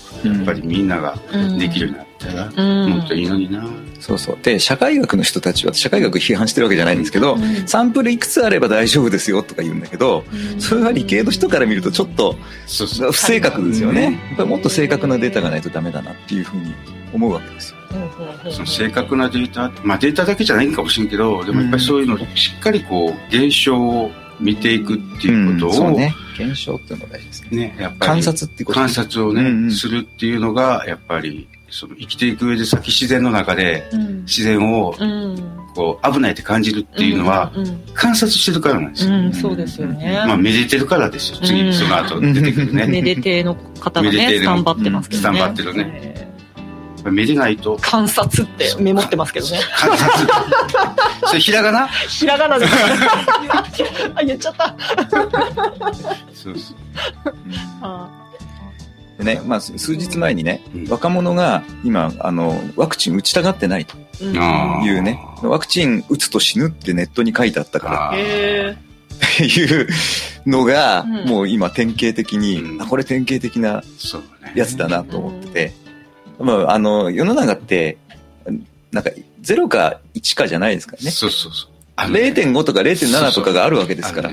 Speaker 3: っぱりみんなができるようになったら、
Speaker 9: うん
Speaker 3: もっといいのにな。
Speaker 13: そうそう。で、社会学の人たちは、社会学批判してるわけじゃないんですけど、サンプルいくつあれば大丈夫ですよとか言うんだけど、それは理系の人から見るとちょっと不正確ですよね。やっぱりもっと正確なデータがないとダメだなっていうふうに思うわけですよ。
Speaker 3: その正確なデータ、まあデータだけじゃないんかもしれんけど、でもやっぱりそういうのをしっかりこう、現象を見ていくっていうことを、
Speaker 13: そうね。現象っていうのが大事ですね。
Speaker 3: ね、やっぱり。
Speaker 13: 観察っていうこと
Speaker 3: 観察をね、するっていうのが、やっぱり、その生きていく上で先自然の中で、
Speaker 9: うん
Speaker 3: 自然を
Speaker 9: うん。
Speaker 3: こう、危ないって感じるっていうのは、
Speaker 9: うん
Speaker 3: 観察してるからなんですよ。
Speaker 9: うん、そうですよね。
Speaker 3: まあ、めでてるからですよ。
Speaker 9: う
Speaker 3: 次、
Speaker 9: ん
Speaker 3: その後出てくるね。
Speaker 9: めでての方が
Speaker 3: めでて
Speaker 9: ね、
Speaker 3: る
Speaker 9: スタンバってますけ
Speaker 3: ス
Speaker 9: ど
Speaker 3: タン
Speaker 9: ね。
Speaker 3: バってるね。やっぱめでないと、
Speaker 9: 観察ってメモってますけどね。
Speaker 3: それひらがな
Speaker 9: ひらがなです。 あ、言っちゃった。
Speaker 3: そうそう。
Speaker 9: あ
Speaker 13: でね、まあ、数数日前にね、若者が今、あの、ワクチン打ちたがってないと
Speaker 9: うん
Speaker 13: いうね、ワクチン打つと死ぬってネットに書いてあったから、
Speaker 9: へ
Speaker 13: っていうのが、
Speaker 9: うん
Speaker 13: もう今典型的に、あこれ典型的なやつだなと思ってて、まあ、あの、世の中って、なんか、0か1かじゃないですからね。
Speaker 3: そうそうそう。
Speaker 13: 0.5とか0.7とかがあるわけですから。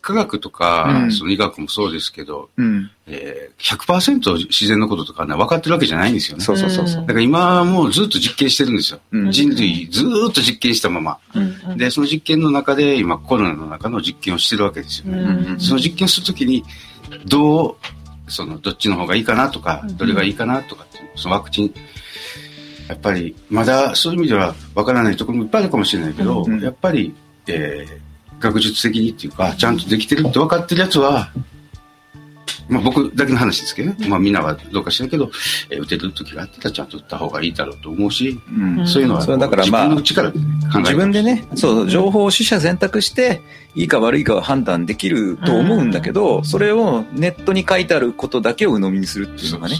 Speaker 3: 科学とか、
Speaker 13: うん
Speaker 3: その医学もそうですけど、
Speaker 13: うん。
Speaker 3: えー、100%自然のこととかね、分かってるわけじゃないんですよね。
Speaker 13: そうそうそうそう
Speaker 3: だから今はもうずっと実験してるんですよ。
Speaker 13: うん
Speaker 3: 人類ずーっと実験したまま。で、その実験の中で今コロナの中の実験をしてるわけですよね。
Speaker 2: うん
Speaker 3: その実験するときに、どう、その、どっちの方がいいかなとか、どれがいいかなとかっていう、そのワクチン、やっぱり、まだそういう意味では分からないところもいっぱいあるかもしれないけど、やっぱり、えー学術的にっていうか、ちゃんとできてるって分かってるやつは、まあ僕だけの話ですけどね、まあみんなはどうかしらんけど、えー打てる時があったらちゃんと打った方がいいだろうと思うし、
Speaker 13: うん
Speaker 3: そういうのは、
Speaker 13: それだからまあ
Speaker 3: 自分の力で考えて
Speaker 13: 自分でね、そう、情報を取捨選択して、いいか悪いかを判断できると思うんだけど、それをネットに書いてあることだけを鵜呑みにするっていうのがね、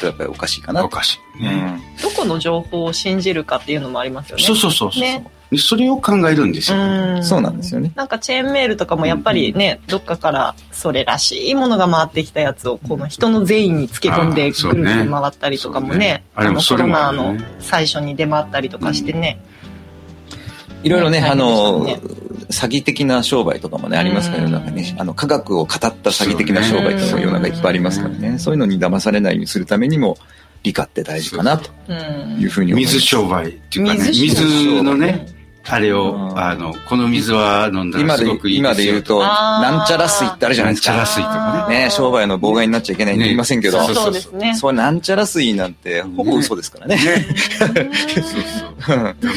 Speaker 13: とやっぱりおかしいかな。お
Speaker 3: かし
Speaker 13: い。うん。
Speaker 9: どこの情報を信じるかっていうのもありますよね。
Speaker 13: そうそうそうそう
Speaker 9: ね
Speaker 3: それを考えるんです
Speaker 9: よ、うん
Speaker 13: そうなんですよね。
Speaker 9: なんかチェーンメールとかもやっぱりね、どっかからそれらしいものが回ってきたやつをこの人の善意につけ込んで
Speaker 3: あー
Speaker 9: く
Speaker 3: そう
Speaker 9: る
Speaker 3: ね
Speaker 9: くる回ったりとかもね
Speaker 3: そうねあれも
Speaker 9: の
Speaker 3: そ
Speaker 9: コ
Speaker 3: れ
Speaker 9: ロ
Speaker 3: も
Speaker 9: ナ
Speaker 3: あるよ
Speaker 9: の
Speaker 3: ね
Speaker 9: 最初に出回ったりとかしてね、
Speaker 13: いろいろね、
Speaker 9: ね
Speaker 13: あの、
Speaker 9: ね
Speaker 13: 詐欺的な商売とかもね、ありますから、世の中ね、あの、科学を語った詐欺的な商売って世の中いっぱいありますからね、そういうのに騙されないようにするためにも、理科って大事かな、と
Speaker 9: うん
Speaker 13: いうふうに思います。
Speaker 3: 水商売っていうかね、
Speaker 13: 水商売
Speaker 3: 水のね、あれを、あの、この水は飲んだら
Speaker 13: 今
Speaker 3: す
Speaker 13: で
Speaker 3: ごくいい
Speaker 13: 今
Speaker 3: です
Speaker 13: で言
Speaker 3: よ
Speaker 13: うと、なんちゃら水ってあるじゃないですか。
Speaker 3: なんちゃら水と
Speaker 13: かね。商売の妨害になっちゃいけないって言いませんけど、
Speaker 3: ねそうそうそうそうそう
Speaker 9: ですね
Speaker 13: そうなんちゃら水なんて、ほぼ嘘ですからね。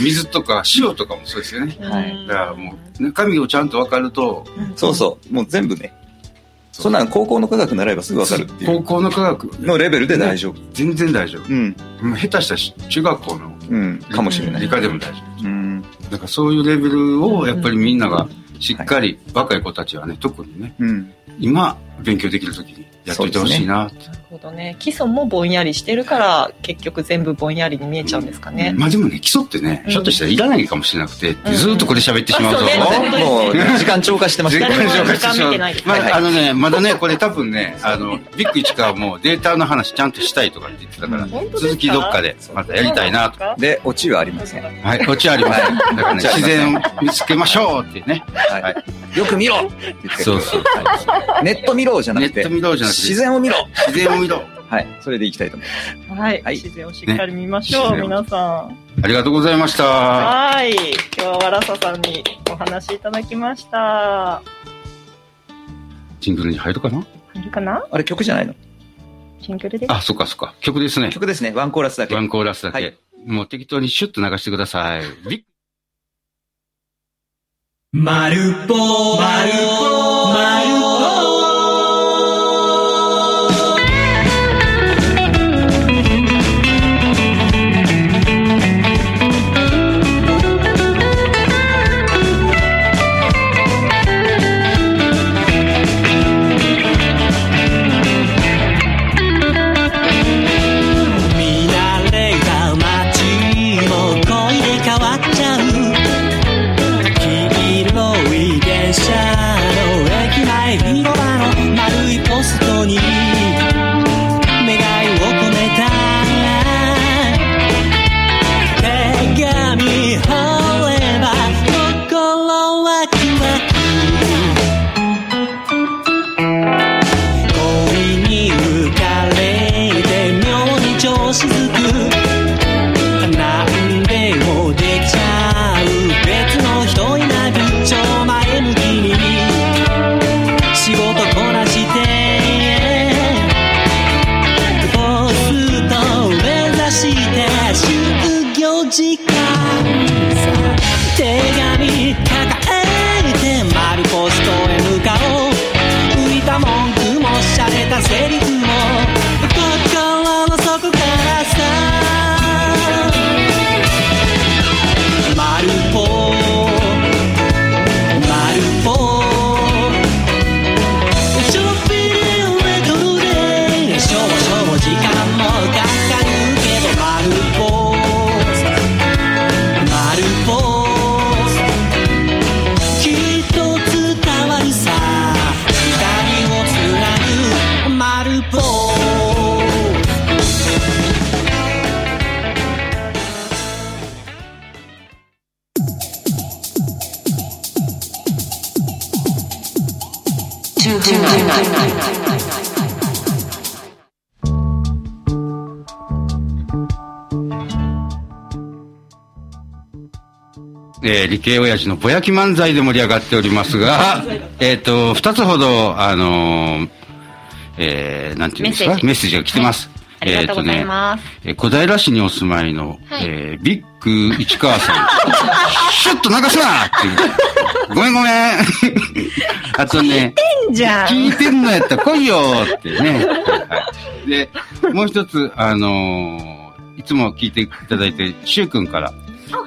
Speaker 3: 水とか塩とかもそうですよね。
Speaker 13: はい。
Speaker 3: だからもう、中身をちゃんと分かると、
Speaker 13: そうそう。もう全部ね。そんなん高校の科学習えばすぐわかるっていう。
Speaker 3: 高校の科学
Speaker 13: のレベルで大丈夫。
Speaker 3: 全然大丈夫。
Speaker 13: うん。
Speaker 3: 下手したらし中学校の、
Speaker 13: うん、かもしれない。
Speaker 3: 理科でも大丈
Speaker 13: 夫。うん。
Speaker 3: だからそういうレベルを、やっぱりみんながしっかり、若い子たちはね、特にね、
Speaker 13: うん。
Speaker 3: 今、勉強できる時にやっといてほしいなって。
Speaker 9: なるほどね基礎もぼんやりしてるから結局全部ぼんやりに見えちゃうんですかね、
Speaker 3: まあでもね、基礎ってね、
Speaker 9: うん
Speaker 3: ひょっとしたらいらないかもしれなくて、
Speaker 9: うん
Speaker 3: ずーっとこれ喋ってしまうと、
Speaker 9: あそうね
Speaker 13: もう時間超過してます
Speaker 3: 時
Speaker 13: ね
Speaker 3: 間超過してしま
Speaker 13: 誰も時間見
Speaker 3: う
Speaker 13: てないです。
Speaker 3: ま
Speaker 13: はいはい
Speaker 3: あ、あのね、まだね、これ多分ね、あの、ビッグ市川もデータの話ちゃんとしたいとかって言ってたから、続きどっかでまたやりたいなと。
Speaker 13: で、オチはありません。は
Speaker 3: はい、オチあります。だからね、
Speaker 13: オチ
Speaker 3: 自
Speaker 13: ありません
Speaker 3: 然を見つけましょうってね。
Speaker 13: い。よく見ろって言って
Speaker 3: そうそう
Speaker 13: はいネット見ろじゃなくて。
Speaker 3: ネット見ろじゃなくて
Speaker 13: 自然を見ろ
Speaker 3: 自然を見ろ
Speaker 13: はい。それでいきたいと思います。
Speaker 9: はい、自然をしっかり見ましょう、
Speaker 3: ね
Speaker 9: 皆さん
Speaker 3: ありがとうございました。
Speaker 9: はい今日はわらささんにお話いただきました
Speaker 3: ジングルに入るかない
Speaker 9: るかな
Speaker 13: あれ曲じゃないの
Speaker 9: シングルです
Speaker 3: あ、そっかそっか。曲ですね。
Speaker 13: 曲ですね。ワンコーラスだけ。
Speaker 3: ワンコーラスだけ。もう適当にシュッと流してください。ビッ
Speaker 2: まるぽまるぽまる見慣れた街も恋で変わっちゃう黄色い電車の駅前広場の丸いポストに願いを込めた手紙掘れば心ワクワク恋に浮かれて妙に調子づくなんでもできちゃう別の人いない一丁前向きに仕事こなしてポストを目指して就業時間さ手紙抱えて丸ポストへ向かおう浮いた文句も洒落たセリフも心の底からさ丸ポ丸ポちょっぴりレトロで少々時間もかかるけど丸ポ丸ポきっと伝わるさ光をつなぐ丸ポ
Speaker 3: えー理系親父のぼやき漫才で盛り上がっております が、えっと、二つほど、あのーえーなんていうんですか、メ
Speaker 4: メッ
Speaker 3: ッセ
Speaker 4: セージ
Speaker 3: ージが来てます。
Speaker 4: ありがとうございます。
Speaker 3: えーとねえー小平市にお住まいの、えービッグ市川 さん。ちょっと流すなっていう。ごめんごめん。 あとね、
Speaker 4: んじゃん
Speaker 3: 聞いてんのやったら来いよってね。はいで、もう一つ、あのーいつも聞いていただいて、しゅうくんから、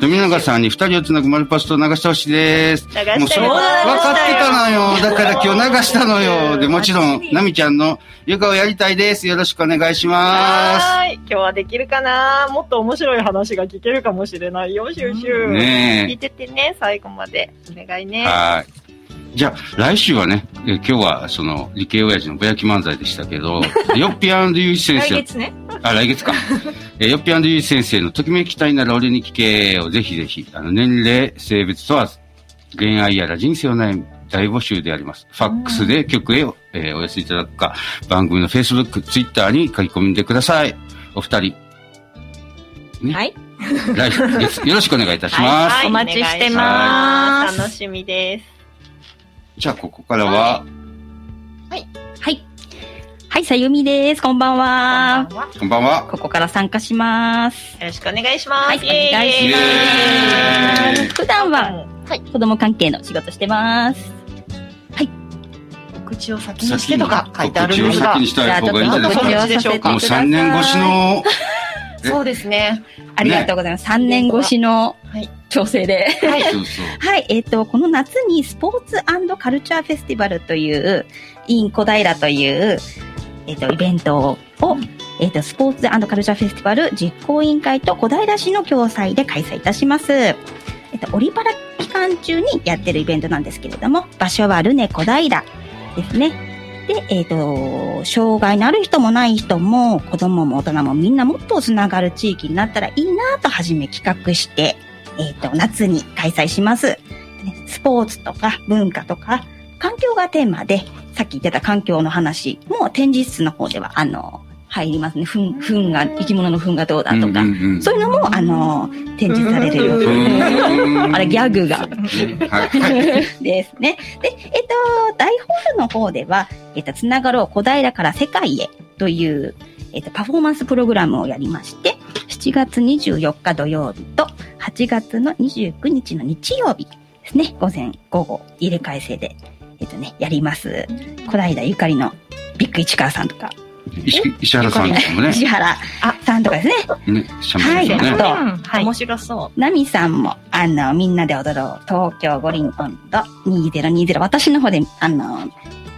Speaker 3: 富永さんに二人をつなぐ丸パスと流してほしいです。
Speaker 6: 流して
Speaker 3: もうそれ、
Speaker 6: 流
Speaker 3: 分
Speaker 6: し
Speaker 3: かって
Speaker 6: た
Speaker 3: た
Speaker 6: よ
Speaker 3: のよ。だから今日流したのよ。で、もちろん、奈美ちゃんの床をやりたいです。よろしくお願いします。
Speaker 4: はーい。今日はできるかなもっと面白い話が聞けるかもしれないよ、シューシュー。
Speaker 3: ねえ
Speaker 4: 聞いてってね、最後まで。お願いね。
Speaker 3: はい。じゃあ、来週はね、え今日は、その、理系親父のぼやき漫才でしたけど、ヨッピーゆういち先生。
Speaker 4: ね。
Speaker 3: あ、来 月か。えー、よっぴーゆう先生のときめきたいなら俺に聞けをぜひぜひ、あの、年齢、性別問わず、恋愛やら人生の悩み、大募集であります。ファックスで曲へ、えーお寄せいただくか、番組の Facebook、Twitter に書き込んでください。お二 人、
Speaker 14: はい。
Speaker 3: 来月、よろしくお願いいたします。
Speaker 14: はい
Speaker 4: お待ちしてま。
Speaker 14: ます
Speaker 4: 楽しみです。
Speaker 3: じゃあ、ここからは、
Speaker 7: はい。はい、さゆみです。こんばんは。
Speaker 3: こんばんは。
Speaker 7: ここから参加します。
Speaker 4: よろしくお願いします。
Speaker 7: はい、お願いします。普段は、子供関係の仕事してます。はい。
Speaker 4: 口を先
Speaker 3: にしてとか
Speaker 7: 書いてある
Speaker 3: 口
Speaker 7: ん
Speaker 3: を
Speaker 7: ですが
Speaker 3: 先にした方がいいんじゃない
Speaker 7: じゃあちょっと告知をさせて
Speaker 3: です
Speaker 7: くだ
Speaker 3: か。
Speaker 7: さい
Speaker 3: もう3年越しの、
Speaker 7: そうですね。ありがとうございます。3年越しの調整で。はい。はい。えっ、と、この夏にスポーツカルチャーフェスティバルという、イン小平という、えっ、と、イベントを、えっ、と、スポーツカルチャーフェスティバル実行委員会と小平市の共催で開催いたします。えっ、と、オリパラ期間中にやってるイベントなんですけれども、場所はルネ小平ですね。で、えっ、と、障害のある人もない人も、子供も大人もみんなもっとつながる地域になったらいいなと初め企画して、えっ、と、夏に開催します。スポーツとか文化とか、環境がテーマで、さっき言ってた環境の話も展示室の方では、あの、入りますね。ふん、ふんが、生き物のふんがどうだとか、
Speaker 6: うんうんうん
Speaker 7: そういうのも、あの、展示されるよう
Speaker 6: う
Speaker 7: な。あれ、ギャグが。ですね。で、えっと、大ホールの方では、えっと、つながろう小平から世界へという、えっと、パフォーマンスプログラムをやりまして、7月24日土曜日と8月の29日の日曜日ですね、午前、午後、入れ替え制で、えっとね、やります。小平ゆかりのビッグ市川さんとか、
Speaker 3: 石石原さんですもんね。
Speaker 7: 石原さんとかですね。
Speaker 3: ね、しゃべ
Speaker 7: はい、
Speaker 3: りますよね。
Speaker 7: あと、面白そう。ナミさんも、あの、みんなで踊ろう、東京五輪温度2020、私の方で、あの、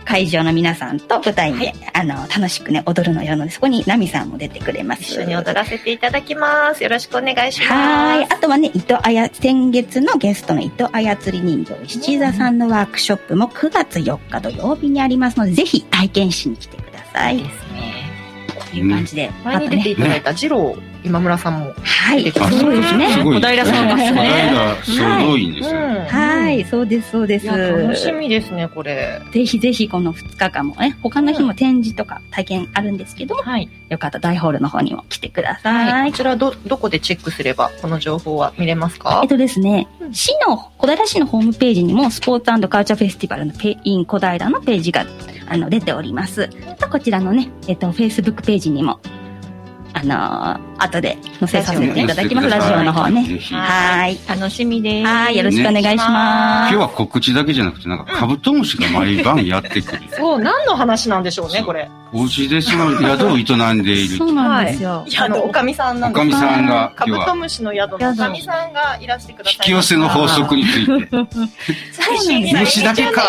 Speaker 7: 会場の皆さんと舞台で、あの、楽しくね、踊るのよので、そこにナミさんも出てくれます。
Speaker 4: 一緒に踊らせていただきます。よろしくお願いします。
Speaker 7: はい。あとはね、糸あや、先月のゲストの糸あやつり人形、七座さんのワークショップも9月4日土曜日にありますので、ぜひ体験しに来てください。
Speaker 4: という感
Speaker 7: じで
Speaker 4: 前に出ていただいた二郎今村さんも。
Speaker 7: はい、
Speaker 4: そう
Speaker 7: そうですね
Speaker 4: 小平さんがね。
Speaker 3: 小平すごいんですよ。
Speaker 7: はい、そうです、そうです。
Speaker 4: いや楽しみですね、これ。
Speaker 7: ぜひぜひこの2日間もね、他の日も展示とか体験あるんですけど、よかったら大ホールの方にも来てください。
Speaker 4: はい。こちらど、どこでチェックすれば、この情報は見れますか
Speaker 7: えっとですね、市の、小平市のホームページにも、スポーツカルチャーフェスティバルのペイン小平のページが、あの、出ております。またこちらのね、えっと、Facebook ページにも、あのー後で載せさせていただきます。
Speaker 3: ラ
Speaker 7: ラ
Speaker 3: ジ
Speaker 7: ジ
Speaker 3: オ
Speaker 7: オ
Speaker 3: に載せてください
Speaker 7: の方
Speaker 3: ぜ
Speaker 7: ね。
Speaker 3: ひ
Speaker 7: はい。楽しみです。はい、よろしくお願いし
Speaker 3: 今
Speaker 7: ま
Speaker 3: 日
Speaker 7: す。
Speaker 3: は告知だけじゃなくて、なんかカブトムシが毎晩やってくる。
Speaker 4: そう、何の話なんでしょうね、これ。
Speaker 3: お家でその宿を営んでいる。
Speaker 4: なんですよ。あの、おかみさんなんです
Speaker 3: おかみさんが
Speaker 4: カブ
Speaker 3: 今日は
Speaker 4: トムシの宿のおかみさんがいらしてください。
Speaker 3: 引き寄せの法則について。虫だけか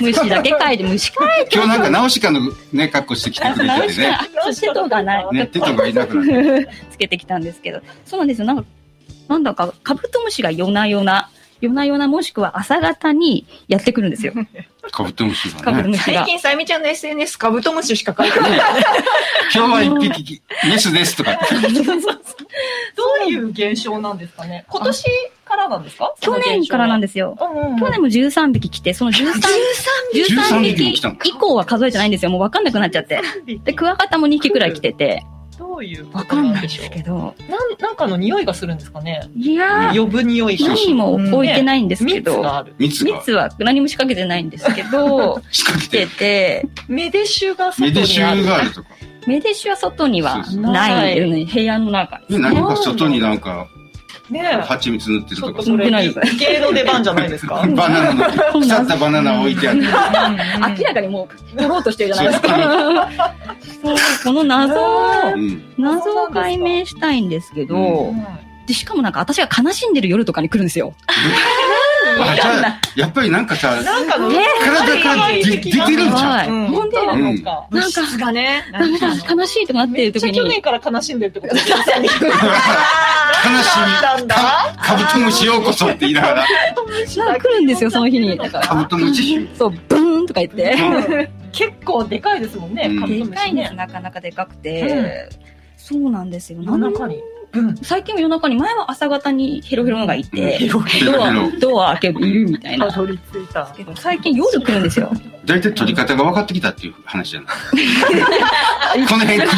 Speaker 7: 虫だけ書いて、虫 書いて。
Speaker 3: 今日なんかナウシカのね、格好してきてくれててね。
Speaker 7: そしてどうかな
Speaker 3: ね、テトがいなくなる。
Speaker 7: つけてきたんですけど、そうなんですよ。なんか、なんだか、カブトムシが夜な夜な、夜な夜なもしくは朝方にやってくるんです よ。
Speaker 3: カブトムシ
Speaker 7: カ
Speaker 3: が
Speaker 7: ブトム
Speaker 3: ね。
Speaker 7: シが
Speaker 4: 最。近、さゆみちゃんの SNS カブトムシしか書いてない。
Speaker 3: 今日は一匹、メスですとか。
Speaker 4: どういう現象なんですかね今年からなんですか
Speaker 7: 去年からなんですよ。去年も13匹来て、その13
Speaker 3: 13
Speaker 7: 13
Speaker 3: 匹も
Speaker 7: 匹
Speaker 3: 来たの
Speaker 7: 以降は数えてないんですよ。もうわかんなくなっちゃって。で、クワガタも2匹くらい来てて。
Speaker 4: どういう
Speaker 7: わかんないですけど。
Speaker 4: なん、なんかの匂いがするんですかね
Speaker 7: いやー
Speaker 4: 呼ぶ匂いが。
Speaker 7: 何も置いてないんですけど。
Speaker 4: ね蜜がある。
Speaker 3: 蜜
Speaker 4: が
Speaker 7: は何も仕掛けてないんですけ ど、
Speaker 3: 仕掛
Speaker 7: けてて。
Speaker 4: メデシュが
Speaker 3: メデシュがあるとか。
Speaker 7: メデシュは外にはないですね。部屋の中ですね。
Speaker 3: 何か外になんか、
Speaker 4: ね
Speaker 3: 蜂蜜塗ってるとか。
Speaker 7: ちょっとそれ塗ってない理系の出番じゃないですか
Speaker 3: バナナの、腐ったバナナ置いてある。
Speaker 7: 明らかにもう、取ろうとしてるじゃないですか。そう、この謎を、謎を解明したいんですけど、で、しかもなんか私が悲しんでる夜とかに来るんですよ。
Speaker 3: あじゃあやっぱりなんかさ、
Speaker 7: なんかのね
Speaker 3: 体から出出てるんじゃ
Speaker 7: はい
Speaker 3: ん。
Speaker 7: 本当
Speaker 3: うん
Speaker 7: なんか、なんか、がね、なんか悲しいとかなってる時に。去年
Speaker 9: から悲しんでるってこと
Speaker 7: ですよね。
Speaker 3: 悲しみ、かカブトムシようこそって言いながら、
Speaker 7: なんか来るんですよ、その日に。
Speaker 3: カブトムシ姫。
Speaker 7: そう、ブーンとか言って。
Speaker 9: 結構でかいですもんね、
Speaker 7: うん
Speaker 9: カブトムシね
Speaker 7: でかいんですなかなかでかくて、
Speaker 9: う
Speaker 7: そうなんですよ
Speaker 9: 夜中に、
Speaker 7: 最近は夜中に前は朝方にヘロヘロのがいて、
Speaker 3: うんヘロ
Speaker 7: ド
Speaker 3: ヘ
Speaker 7: ア
Speaker 3: ロ
Speaker 7: ドア開けるいるみたいな
Speaker 9: 取り付いた
Speaker 7: けど最近夜来るんですよ
Speaker 3: 大体取り方が分かってきたっていう話じゃない。 この辺来る、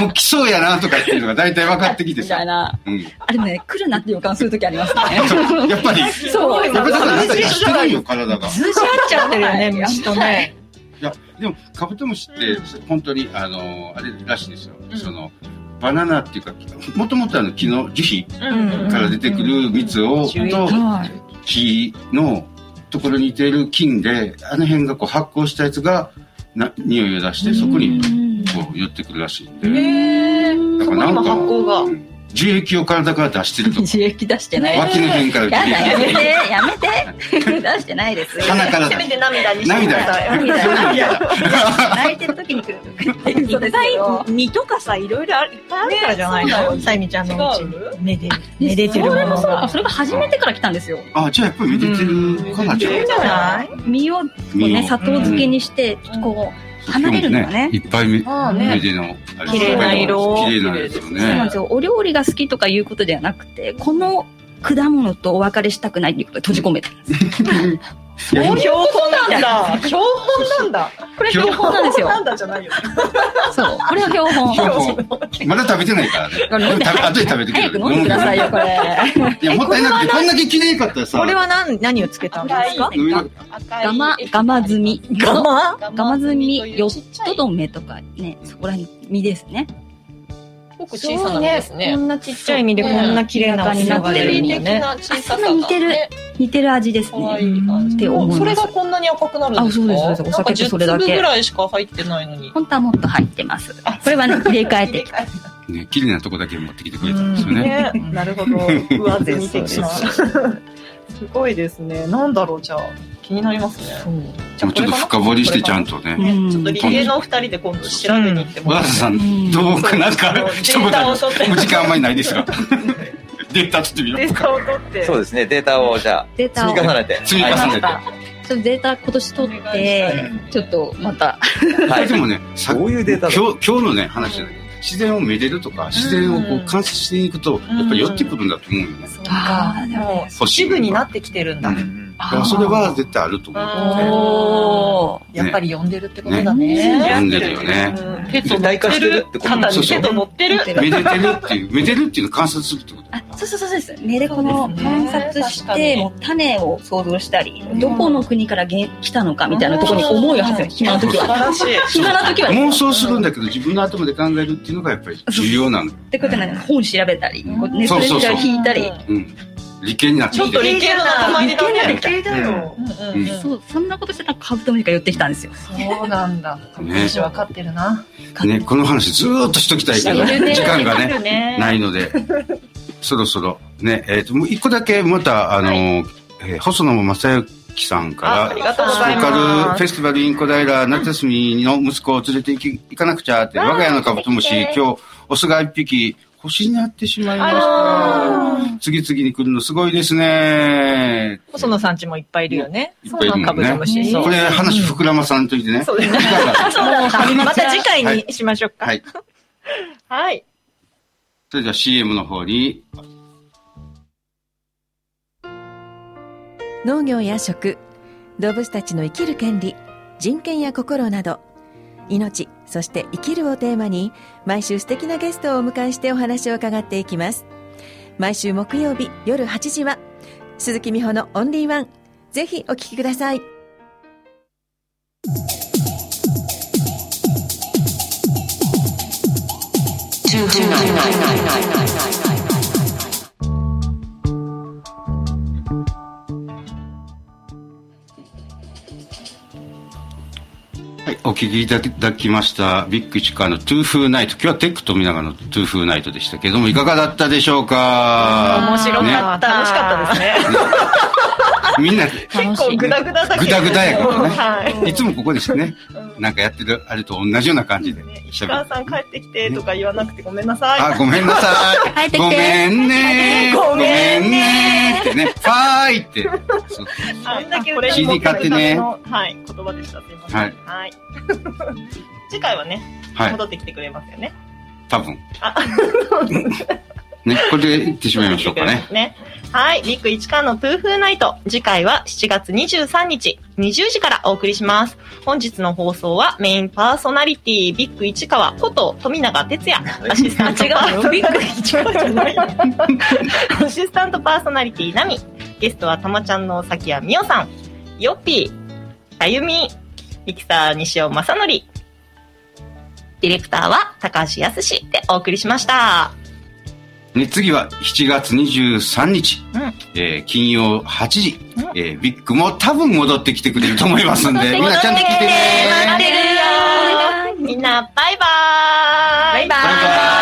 Speaker 3: もう来そうやなとかっていうのが大体分かってきて
Speaker 7: み
Speaker 3: さ。
Speaker 7: たいな
Speaker 3: うん。
Speaker 7: あれね来るなって予感する時あります
Speaker 3: そう
Speaker 7: ね
Speaker 3: やっぱり、
Speaker 7: そう
Speaker 3: やっぱりだからなんかしてないよ、体が。
Speaker 7: 通じ合っちゃってるよね虫とね
Speaker 3: いや、でも、カブトムシって、本当に、あの、あれらしいんですよ。その、バナナっていうか、もともとあの木の樹皮から出てくる蜜を、と、木のところに似ている菌で、あの辺がこう発酵したやつが、な匂いを出して、そこにこう寄ってくるらしいんで、
Speaker 9: へ
Speaker 7: ー
Speaker 3: だ
Speaker 7: そ
Speaker 3: か
Speaker 7: こ
Speaker 3: ら
Speaker 7: に
Speaker 3: な
Speaker 7: も
Speaker 3: ん
Speaker 7: 発
Speaker 3: か、
Speaker 7: 酵が
Speaker 3: 樹液を体から出してると。
Speaker 7: 自液出してない
Speaker 3: 脇の辺から
Speaker 7: やだやめて
Speaker 3: 出
Speaker 7: やめて出してないです
Speaker 3: 鼻からだせめて
Speaker 7: 涙
Speaker 3: にしてください涙
Speaker 7: 涙泣いてる時に来る
Speaker 4: いっぱい実とかさ、いろいろあるいっぱいあるからじゃない
Speaker 7: ねそうな
Speaker 4: の
Speaker 7: の
Speaker 4: さゆみちゃんのうちにめで、めでてる
Speaker 7: そ
Speaker 4: も
Speaker 7: れも
Speaker 4: の
Speaker 7: そうか
Speaker 4: が。
Speaker 7: それが初めてから来たんですよ
Speaker 3: あ、じゃあやっぱりめでてるかな、じゃあ。
Speaker 7: い身をこうね砂糖漬けにしてちょっとこう離れるのがね
Speaker 3: いっぱいめ、
Speaker 7: ああね
Speaker 3: めでの、あれ
Speaker 7: 綺麗な色
Speaker 3: 綺麗なんですよ
Speaker 7: そうなん
Speaker 3: ね
Speaker 7: です。よ。お料理が好きとかいうことではなくて、この果物とお別れしたくないっていうことで閉じ込めてるんです。
Speaker 3: いや
Speaker 9: 標本なんだ
Speaker 7: 標本なんだ。これ標本なんですよ。
Speaker 9: なんだじゃないよ。
Speaker 7: そう。これは 標本。
Speaker 3: 標本まだ食べてないからね。でも食べ後で食べてく
Speaker 7: 早
Speaker 3: る
Speaker 7: く飲んでくださいよ、これ。
Speaker 3: いや、もったいなくて、こんだけ綺麗かったらさ。
Speaker 4: これは何、何をつけたんですか
Speaker 3: 上の
Speaker 7: ガマ、ガマ積み。
Speaker 4: ガマ
Speaker 7: ガマ積み、ヨットどめとかね、そこら辺、実ですね。
Speaker 9: ごく小さな実で
Speaker 7: す
Speaker 9: すね。
Speaker 7: ごいねこんなちっちゃい実でこんな綺麗なお
Speaker 9: に
Speaker 7: 砂
Speaker 9: な
Speaker 7: が
Speaker 9: っ
Speaker 7: 出
Speaker 9: て
Speaker 7: る
Speaker 9: る
Speaker 7: んだ
Speaker 9: 的
Speaker 7: ね
Speaker 9: な小ささ
Speaker 7: あ
Speaker 9: が。
Speaker 7: 似てる、似てる味ですね。って思います。
Speaker 9: それがこんなに赤くなるんです
Speaker 7: あそ
Speaker 9: か
Speaker 7: うですそうですお酒とそれだけ
Speaker 9: なんか10粒ぐらいしか入ってないのに。
Speaker 7: 本当はもっと入ってます。これはね、入れ替えて。
Speaker 3: ね、綺麗なとこだけ持ってきてくれたんですよね。
Speaker 9: ね、なる ほど。上積み的な。
Speaker 3: そう
Speaker 9: すごいですね。なんだろう、じゃあ。気になります
Speaker 7: ね。
Speaker 9: じゃあ
Speaker 3: もうちょっと深掘りしてちゃんとね。
Speaker 9: ちょっとリレーのお二人で今度調べに行っても
Speaker 3: 和
Speaker 9: らっ
Speaker 3: 田
Speaker 9: て。
Speaker 3: さん、どうかなん か、一言
Speaker 9: データを取って
Speaker 3: もう時間あんまりないですが。データ取ってみよ
Speaker 9: データを取って。
Speaker 13: そうですね、データをじゃあ、
Speaker 7: デー
Speaker 13: 積
Speaker 7: タを
Speaker 13: み重ねて。
Speaker 3: 積み重ねて
Speaker 13: は
Speaker 7: ちょっとデータ今年取って、ちょっとまた。
Speaker 3: う。はい、でもね、そういうデータ今日、今日のね、話じゃない。自然をめでるとか、自然をこう観察していくと、やっぱり寄ってくるんだと思うよね。
Speaker 9: ああ、もう、支部になってきてるんだ。
Speaker 3: だからそれは絶対あると思う。
Speaker 9: おーやっぱり呼んでるってことだね。
Speaker 3: 読んでるよね。
Speaker 9: うんペット乗ってる。肩にペット乗ってる。
Speaker 3: めでてるっていう、めでるっていうのを観察するってこと。
Speaker 7: そうそうそうそうです。メレコの観察し
Speaker 9: そう
Speaker 7: て、
Speaker 9: ですね
Speaker 7: もう種を想像したり、どこの国からげ来たのかみたいなところに思いを馳せる。暇な時は。
Speaker 9: 素晴ら
Speaker 7: 暇な時はね。
Speaker 3: 妄想するんだけど、自分の頭で考えるっていうのがやっぱり重要なの。
Speaker 7: ってことなんで本調べたり、こうネッ
Speaker 3: そ
Speaker 7: ト
Speaker 3: う
Speaker 7: で
Speaker 3: そうそう
Speaker 7: 聞いたり。
Speaker 3: うん。理系になって
Speaker 7: ちょっと理系だな理系だ理系だよ
Speaker 3: うんうん
Speaker 7: そう、そんなことしてたらカブトムシが寄ってきたんですよ。
Speaker 9: そうなんだ。私分かってるな。
Speaker 3: ね、この話ずーっとしときたいけど、
Speaker 9: してるね
Speaker 3: 時間が
Speaker 9: してるね
Speaker 3: ね、ないの で、そろそろ、ね、えっ、と、もう一個だけ、また、あの、えー細野正幸さんから、
Speaker 9: あありがとうございます
Speaker 3: ローカルフェスティバルイン小平夏休みの息子を連れて行き行かなくちゃって、我が家のカブトムシ、今日、オスが一匹、星になってしまいました。次々に来るのすごいですね。
Speaker 9: 細野さんちもいっぱいいるよね。
Speaker 3: いっぱいいるもん
Speaker 9: カブトムシ
Speaker 3: ね。
Speaker 9: そう
Speaker 3: これ、話、膨らまさんといてね。
Speaker 9: そうですね。また次回にしましょうか。
Speaker 3: はい。
Speaker 9: はい。
Speaker 3: それでは CM の方に
Speaker 6: 農業や食動物たちの生きる権利人権や心など命そして生きるをテーマに毎週素敵なゲストをお迎えしてお話を伺っていきます毎週木曜日夜8時は鈴木美穂のオンリーワンぜひお聞きください
Speaker 3: はい、お聞きいただきましたビッグチカーのトゥーフーナイト今日はテック富永のトゥーフーナイトでしたけどもいかがだったでしょうか
Speaker 4: 面白かった、楽しかったですね
Speaker 3: みんな
Speaker 4: 結構グダグダだけ
Speaker 3: グダグダやからね、、
Speaker 4: はい
Speaker 3: つもここでしたね、なんかやってるあれと同じような感じで
Speaker 4: 石川さん帰ってきてとか言わなくてごめんなさい。
Speaker 3: あごめんなさい
Speaker 4: 帰ってきて
Speaker 3: ごめんね
Speaker 4: ごめん
Speaker 3: ねってねはーいってそう
Speaker 4: あんだけこれ
Speaker 3: CD 買ってね
Speaker 4: はい言葉でしたすいません。
Speaker 3: はい
Speaker 4: はい。 次回はね
Speaker 3: はい
Speaker 4: 戻ってきてくれますよね。
Speaker 3: 多分
Speaker 4: あ
Speaker 3: ねこれでいってしまいましょうかね
Speaker 4: ね。はい。ビッグ1巻のプーフーナイト。次回は7月23日20時からお送りします。本日の放送はメインパーソナリティ、ビッグ市川こと富永哲也。アシスタントパーソナリティ。 アシスタントパーソナリティ、ナミ。ゲストはたまちゃんの崎谷美桜さん。ヨッピー、あゆみ、ミキサー西尾正則。ディレクターは高橋康史でお送りしました。
Speaker 3: ね次は7月23日、
Speaker 4: うん
Speaker 3: えー金曜8時、えービッグも多分戻ってきてくれると思いますんでみんなちゃんと聞いてね
Speaker 4: 待ってるよみんな、バイバーイバイバーイ